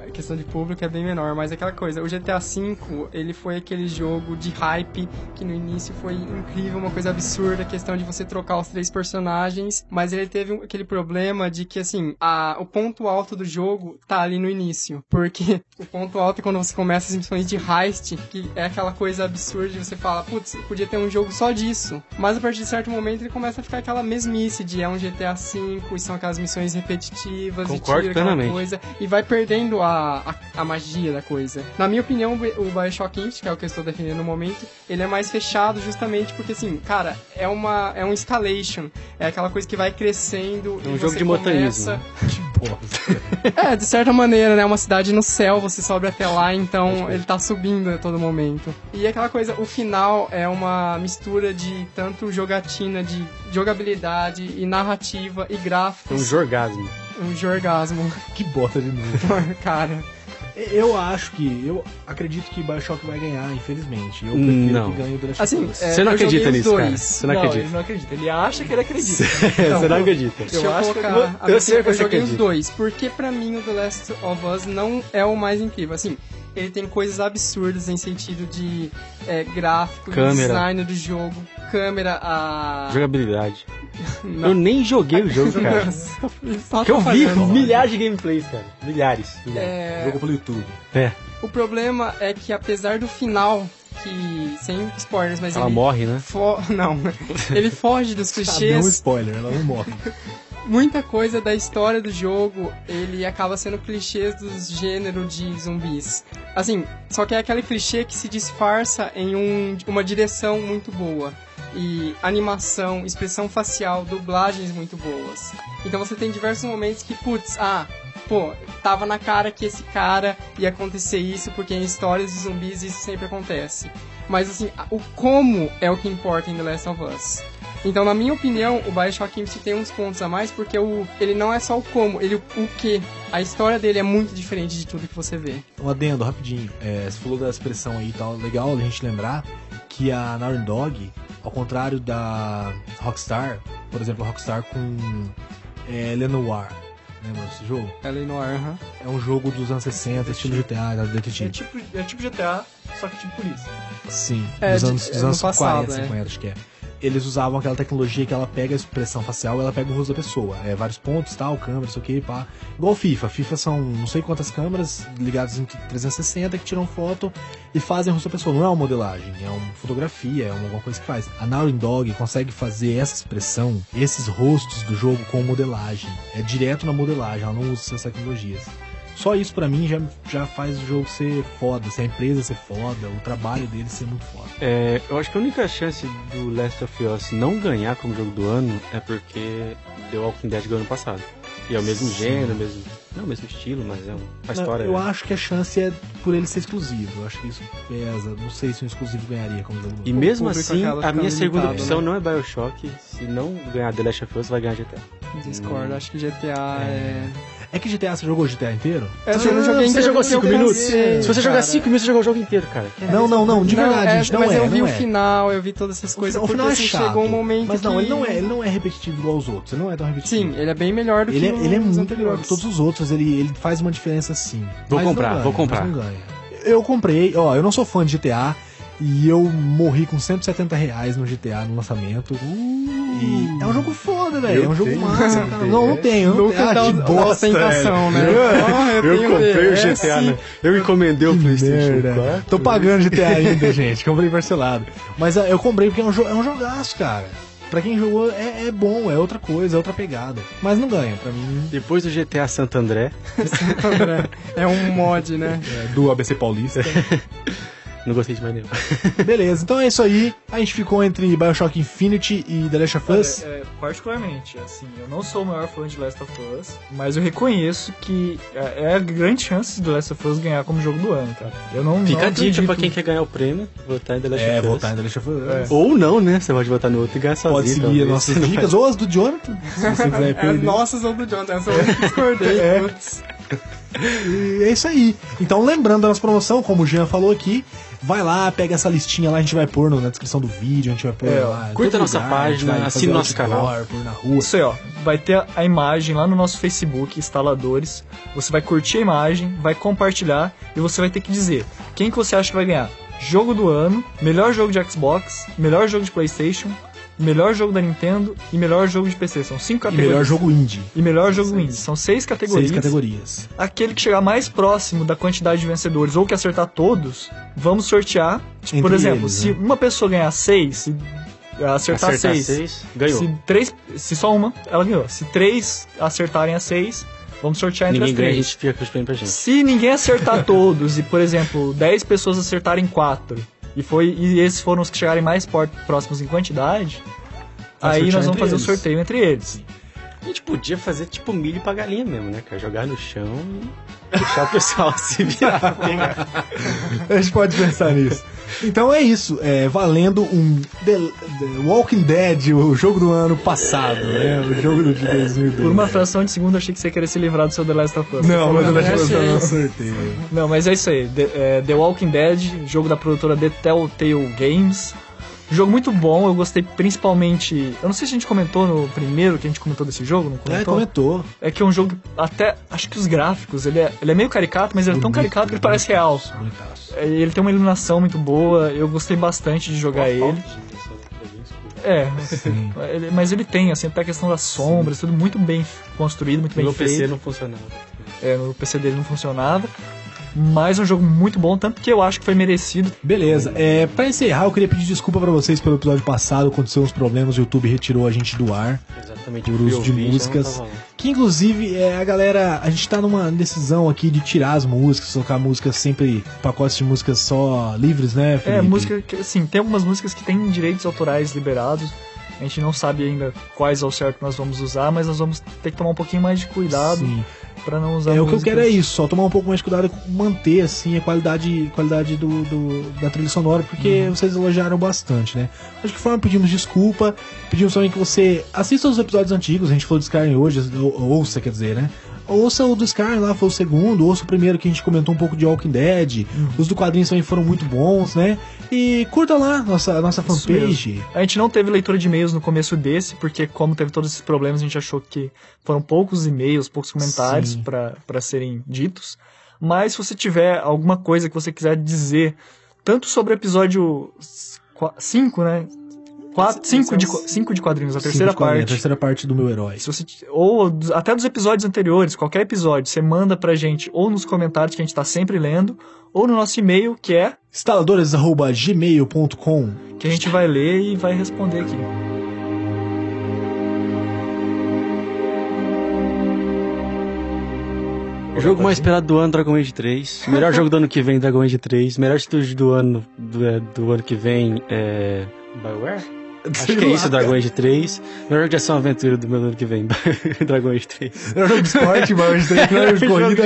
a questão de público é bem menor, mas é aquela coisa, o GTA V, ele foi aquele jogo de hype que no início foi incrível, uma coisa absurda, a questão de você trocar os três personagens, mas ele teve um- aquele problema de que, assim, a- o ponto alto do jogo tá ali no início, porque o ponto alto é quando você começa as missões de heist, que é aquela coisa absurda de você fala, putz, podia ter um jogo só disso, mas a partir de certo momento ele começa a ficar aquela mesmice de é um GTA V e são aquelas missões repetitivas
Concordo
e tira aquela
plenamente.
coisa coisa e vai perdendo a, a, a magia da coisa. Na minha opinião, o Bi- o Bioshock Infinite, que é o que eu estou defendendo no momento, ele é mais fechado justamente porque, assim, cara, é uma é um escalation. É aquela coisa que vai crescendo.
É
e
um
você
jogo de
começa-
montanhismo.
porra.
É, de certa maneira, né? Uma cidade no céu, você sobe até lá, então ele tá subindo a todo momento. E aquela coisa, o final é uma mistura de tanto jogatina, de jogabilidade e narrativa e
É um
gráficos.
jorgasmo.
Um jorgasmo, [laughs]
Que bota de novo.
cara.
Eu acho que, eu acredito que Bioshock vai ganhar, infelizmente. Eu prefiro
prefiro Não.
que
que
ganhe The Last
Assim, é,
Você não
eu joguei
acredita
os
nisso, cara.
dois.
Você não
ele
acredita.
não acredita. Ele acha que ele acredita.
[laughs]
Então,
Você não acredita.
Deixa eu,
acho que-
colocar
eu-
a
eu
minha-
sei que
eu
você
joguei os
acredita.
dois, porque pra mim o The Last of Us não é o mais incrível. Assim, ele tem coisas absurdas em sentido de é, gráfico, de
Câmera.
design do jogo, câmera, a.
Jogabilidade.
[laughs] Não.
Eu nem joguei o
[laughs]
jogo, cara.
Só
Que eu vi
atrapalhando.
milhares de gameplays, cara. Milhares. milhares.
É,
Jogou pelo YouTube.
É.
o problema é que apesar do final, que. Sem spoilers, mas
Ela
ele.
morre, né?
fo- [laughs] Não. ele foge dos
Ah, deu um
clichês.
spoiler, ela não morre. [laughs]
muita coisa da história do jogo, ele acaba sendo clichês dos gênero de zumbis. Assim, só que é aquele clichê que se disfarça em um- uma direção muito boa. E animação, expressão facial, dublagens muito boas. Então você tem diversos momentos que, putz, ah, pô, tava na cara que esse cara ia acontecer isso, porque em histórias de zumbis isso sempre acontece. Mas assim, a- o como é o que importa em The Last of Us. Então, na minha opinião, o Bioshock Infinite tem uns pontos a mais, porque o, ele não é só o como, ele o, o que. A história dele é muito diferente de tudo que você vê.
Um adendo, rapidinho. É, você falou da expressão aí e tal. Legal a gente lembrar que a Naughty Dog, ao contrário da Rockstar, por exemplo, a Rockstar com é, Lenoir. Lembra desse jogo?
Ela no ar,
É um jogo dos anos 60, estilo GTA, da
É
Detetive.
tipo, é tipo GTA, só que tipo polícia.
Sim,
É,
dos
de-
anos,
é,
dos
no
anos
passado,
40,
é.
50, acho que é. Eles usavam aquela tecnologia que ela pega a expressão facial, ela pega o rosto da pessoa. É, vários pontos, tal, câmera, isso aqui, pá. Igual FIFA. FIFA são não sei quantas câmeras ligadas em 360 que tiram foto e fazem o rosto da pessoa. Não é uma modelagem, é uma fotografia, é uma, alguma coisa que faz. A Naughty Dog consegue fazer essa expressão, esses rostos do jogo com modelagem. É direto na modelagem, ela não usa essas tecnologias. Só isso pra mim já, já faz o jogo ser foda, ser a empresa ser foda, o trabalho dele ser muito foda.
É, eu acho que a única chance do Last of Us não ganhar como jogo do ano é porque The Walking Dead ganhou ano passado. E é o mesmo
Sim.
gênero, mesmo. Não é o mesmo estilo, mas é um, a
Não,
história.
eu
é-
acho que a chance é por ele ser exclusivo. Eu acho que isso pesa. Não sei se um exclusivo ganharia como jogo. do
E
ano.
mesmo
público
assim,
acaba
a minha
ficando
segunda
limitado, né?
opção não é Bioshock. Se não ganhar The Last of Us, vai ganhar GTA.
Discordo, acho que GTA é.
É que GTA, você jogou o GTA inteiro?
Eu
Você
não joguei inteiro,
jogou
porque eu
5 minutos?
cansei,
Se você jogar
cara.
5 minutos, você jogou o jogo inteiro, cara.
Não, não, não, de verdade,
é,
gente, não
mas
é,
eu vi
não
o
é.
final, eu vi todas essas coisas,
o
porque
final é
assim,
chato.
chegou um momento
Mas não,
que...
ele não, é, ele não é repetitivo igual os outros. Ele não é tão repetitivo.
Sim, ele é bem melhor do
Ele é,
que
ele é
os
muito melhor que
anteriores.
todos os outros, ele, ele faz uma diferença sim.
Vou
Mas não
comprar,
ganha,
vou comprar.
mas não ganha. Eu comprei, ó, eu não sou fã de GTA e eu morri com 170 reais no GTA no lançamento. E é um jogo foda, velho. É um
eu
jogo
tenho,
massa.
eu
cara.
tenho.
Não, não tenho. Não
Nunca
tenho.
dá um
Ah, que
uma
bosta, velho.
ostentação, né?
É,
Ah,
Eu
tenho
comprei o
DS,
GTA, né? Eu encomendei o PlayStation
Merda.
4.
Tô pagando GTA ainda, [laughs] gente. Comprei parcelado. Mas ah, eu comprei porque é um, jo- é um jogaço, cara. Pra quem jogou, é, é bom, é outra coisa, é outra pegada. Mas não ganha, pra mim,
Depois do GTA Santo André,
[laughs] É um mod, né?
é do ABC Paulista.
não gostei de mais nenhum.
Beleza, então é isso aí. A gente ficou entre Bioshock Infinity e The Last of Us.
Olha, é, particularmente, assim, eu não sou o maior fã de Last of Us, mas eu reconheço que é é a grande chance do Last of Us ganhar como jogo do ano, cara. Eu não
Fica
não
a dica
acredito.
pra quem quer ganhar o prêmio, votar em The Last
É,
of Us.
voltar em The Last of Us.
É.
Ou não, né? Você pode votar no outro e ganhar sozinho.
Pode seguir
talvez.
as nossas dicas, ou as do Jonathan, se você quiser
É,
perder.
nossas ou do Jonathan, essa eu discordei,
É.
putz.
E é isso aí. Então, lembrando da nossa promoção, como o Jean falou aqui, vai lá, pega essa listinha lá, a gente vai pôr no- na descrição do vídeo, a gente vai pôr
É,
lá. em
curta
todo
nossa
a gente
página,
vai fazer
assina nosso
outdoor,
canal.
Pôr na rua.
Isso aí, ó. Vai ter a- a imagem lá no nosso Facebook, instaladores. Você vai curtir a imagem, vai compartilhar e você vai ter que dizer quem que você acha que vai ganhar. Jogo do ano, melhor jogo de Xbox, melhor jogo de Playstation, melhor jogo da Nintendo e melhor jogo de PC. São cinco
E
categorias.
melhor jogo indie.
E melhor jogo indie. São seis
Seis
categorias.
categorias.
Aquele que chegar mais próximo da quantidade de vencedores ou que acertar todos, vamos sortear. Tipo, por
Entre
exemplo,
eles,
se
né?
uma pessoa ganhar seis, se acertar,
Acertar seis,
seis,
ganhou.
se três, se só uma, ela ganhou. Se três acertarem as seis, vamos sortear entre
Ninguém
as
ganha, a
tá três.
gente fica com os prêmios pra gente.
Se ninguém acertar todos e, por exemplo, 10 pessoas acertarem 4 e foi e esses foram os que chegarem mais por- próximos em quantidade,
Vai
aí
sortear
Tá
nós vamos
entre
fazer o
eles.
sorteio entre eles.
A gente podia fazer tipo milho pra galinha mesmo, né, cara? Jogar no chão e deixar o pessoal [laughs] se virar. pegar.
A gente pode pensar nisso. Então é isso. É, valendo um The, The Walking Dead, o jogo do ano passado, né? O jogo do- de 2012.
É. Por uma fração de segundo, eu achei que você queria se livrar do seu The Last of Us.
Não, mas eu
Não,
acho que
achei.
eu não acertei.
Não, mas é isso aí. The, é, The Walking Dead, jogo da produtora The Telltale Games. Jogo muito bom, eu gostei principalmente. Eu não sei se a gente comentou no primeiro que a gente comentou desse jogo, não
É,
comentou?
comentou.
É que é um jogo, até. Acho que os gráficos, ele é, ele é meio caricato, mas ele é tão caricato
né?
que ele parece real.
Bonitaço.
É, Ele tem uma iluminação muito boa, eu gostei bastante de jogar ele. É,
Sim.
[laughs] ele- mas ele tem, assim, até a questão das sombras, tudo muito bem construído, muito bem
Meu
feito.
PC não funcionava.
É, o PC dele não funcionava. Mas é um jogo muito bom, tanto que eu acho que foi merecido.
Beleza, é, pra encerrar, eu queria pedir desculpa pra vocês pelo episódio passado. Aconteceu uns problemas, o YouTube retirou a gente do ar.
Exatamente.
Por uso
eu
de
vi, já não
músicas.
tava lá.
Que inclusive é, a galera, a gente tá numa decisão aqui de tirar as músicas, colocar músicas sempre, pacotes de músicas só livres, né?
É,
Felipe?
música que, assim, tem algumas músicas que têm direitos autorais liberados. A gente não sabe ainda quais ao certo nós vamos usar, mas nós vamos ter que tomar um pouquinho mais de cuidado
Sim.
pra não usar
É, o que eu
músicas-
quero é isso, só tomar um pouco mais de cuidado com manter assim a qualidade, qualidade do, do- da trilha sonora, porque
Uhum.
vocês elogiaram bastante, né? Mas de que forma pedimos desculpa, pedimos também que você assista os episódios antigos, a gente falou do Skyrim hoje, ou- ouça, quer dizer, né? Ouça o do Skyrim lá, foi o segundo, ouça o primeiro que a gente comentou um pouco de Walking Dead,
Uhum.
os do quadrinhos também foram muito bons, né? E curta lá nossa, nossa
Isso
fanpage.
A gente não teve leitura de e-mails no começo desse, porque como teve todos esses problemas, a gente achou que foram poucos e-mails, poucos comentários
Sim.
para serem ditos. Mas se você tiver alguma coisa que você quiser dizer, tanto sobre o episódio 5, né? 5 de, qua- cinco de quadrinhos, a terceira
Sim,
parte.
A terceira parte do meu herói.
Se você, ou dos- até dos episódios anteriores, qualquer episódio, você manda pra gente ou nos comentários que a gente tá sempre lendo, ou no nosso e-mail, que é
instaladores.gmail.com
que a gente vai ler e vai responder aqui.
O jogo mais esperado do ano, Dragon Age 3. Melhor jogo do ano que vem, Dragon Age 3. Melhor estúdio do ano do, é, do ano que vem é. Bioware? Acho que é isso, Dragon Age 3. Melhor jogo de ação e aventura do meu ano que vem, [laughs] Dragon Age 3.
Era jogo de esporte, mas hoje tem que [laughs] era jogo de corrida.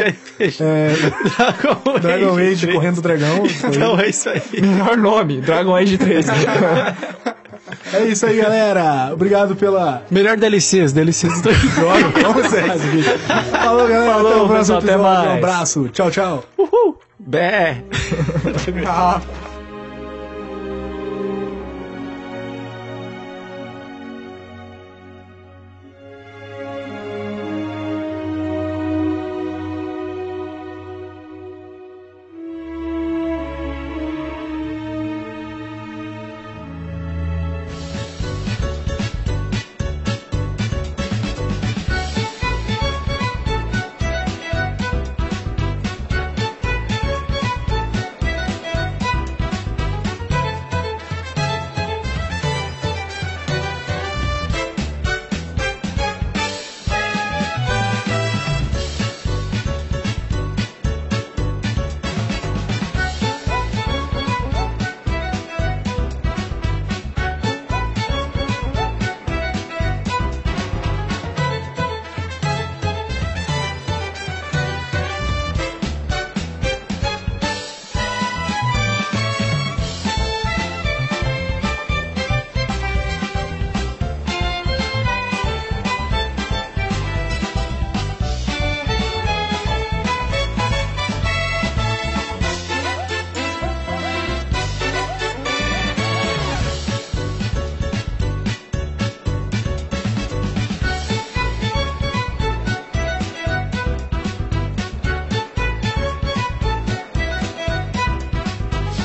É,
Dragon Age,
[laughs]
Dragon Age
3.
correndo o dragão. isso aí.
Então é isso aí.
[laughs] Melhor nome, Dragon Age [laughs] 3.
É isso aí, galera. Obrigado pela.
Melhor DLCs, DLCs do
Droga,
[laughs]
como você faz, bicho? Falou, galera. até
Falou,
o próximo
pessoal, até
episódio. Um
mais.
abraço. Tchau, tchau.
Bé.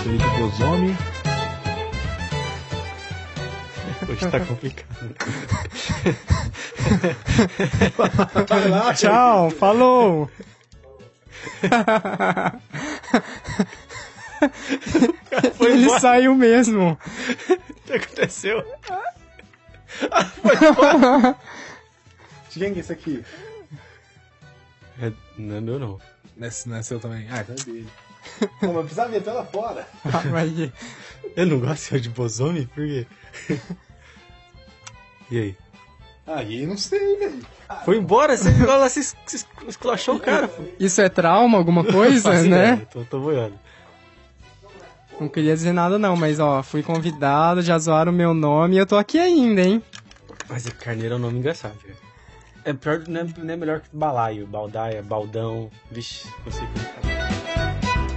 Felipe Bozomi.
Hoje tá complicado.
Tchau, falou! Ele saiu mesmo.
O que aconteceu?
Quem é esse aqui?
É, não é meu não.
Nasceu também. Ah,
então
é dele. Pô, mas precisava ir até lá fora.
Ah, mas-
Eu não gosto de bosome, por quê? [laughs] E aí?
Aí não sei, velho.
Foi embora, você ficou lá, se es- se esclachou o cara. pô.
Isso é trauma, alguma coisa,
Faço
né?
ideia, Tô, tô boiando.
Não queria dizer nada não, mas ó, fui convidado, já zoaram o meu nome e eu tô aqui ainda, hein?
Mas é que carneiro é um nome engraçado, cara. É pior, não é, não é melhor que balaio, baldaia, baldão. Vixe, não sei como.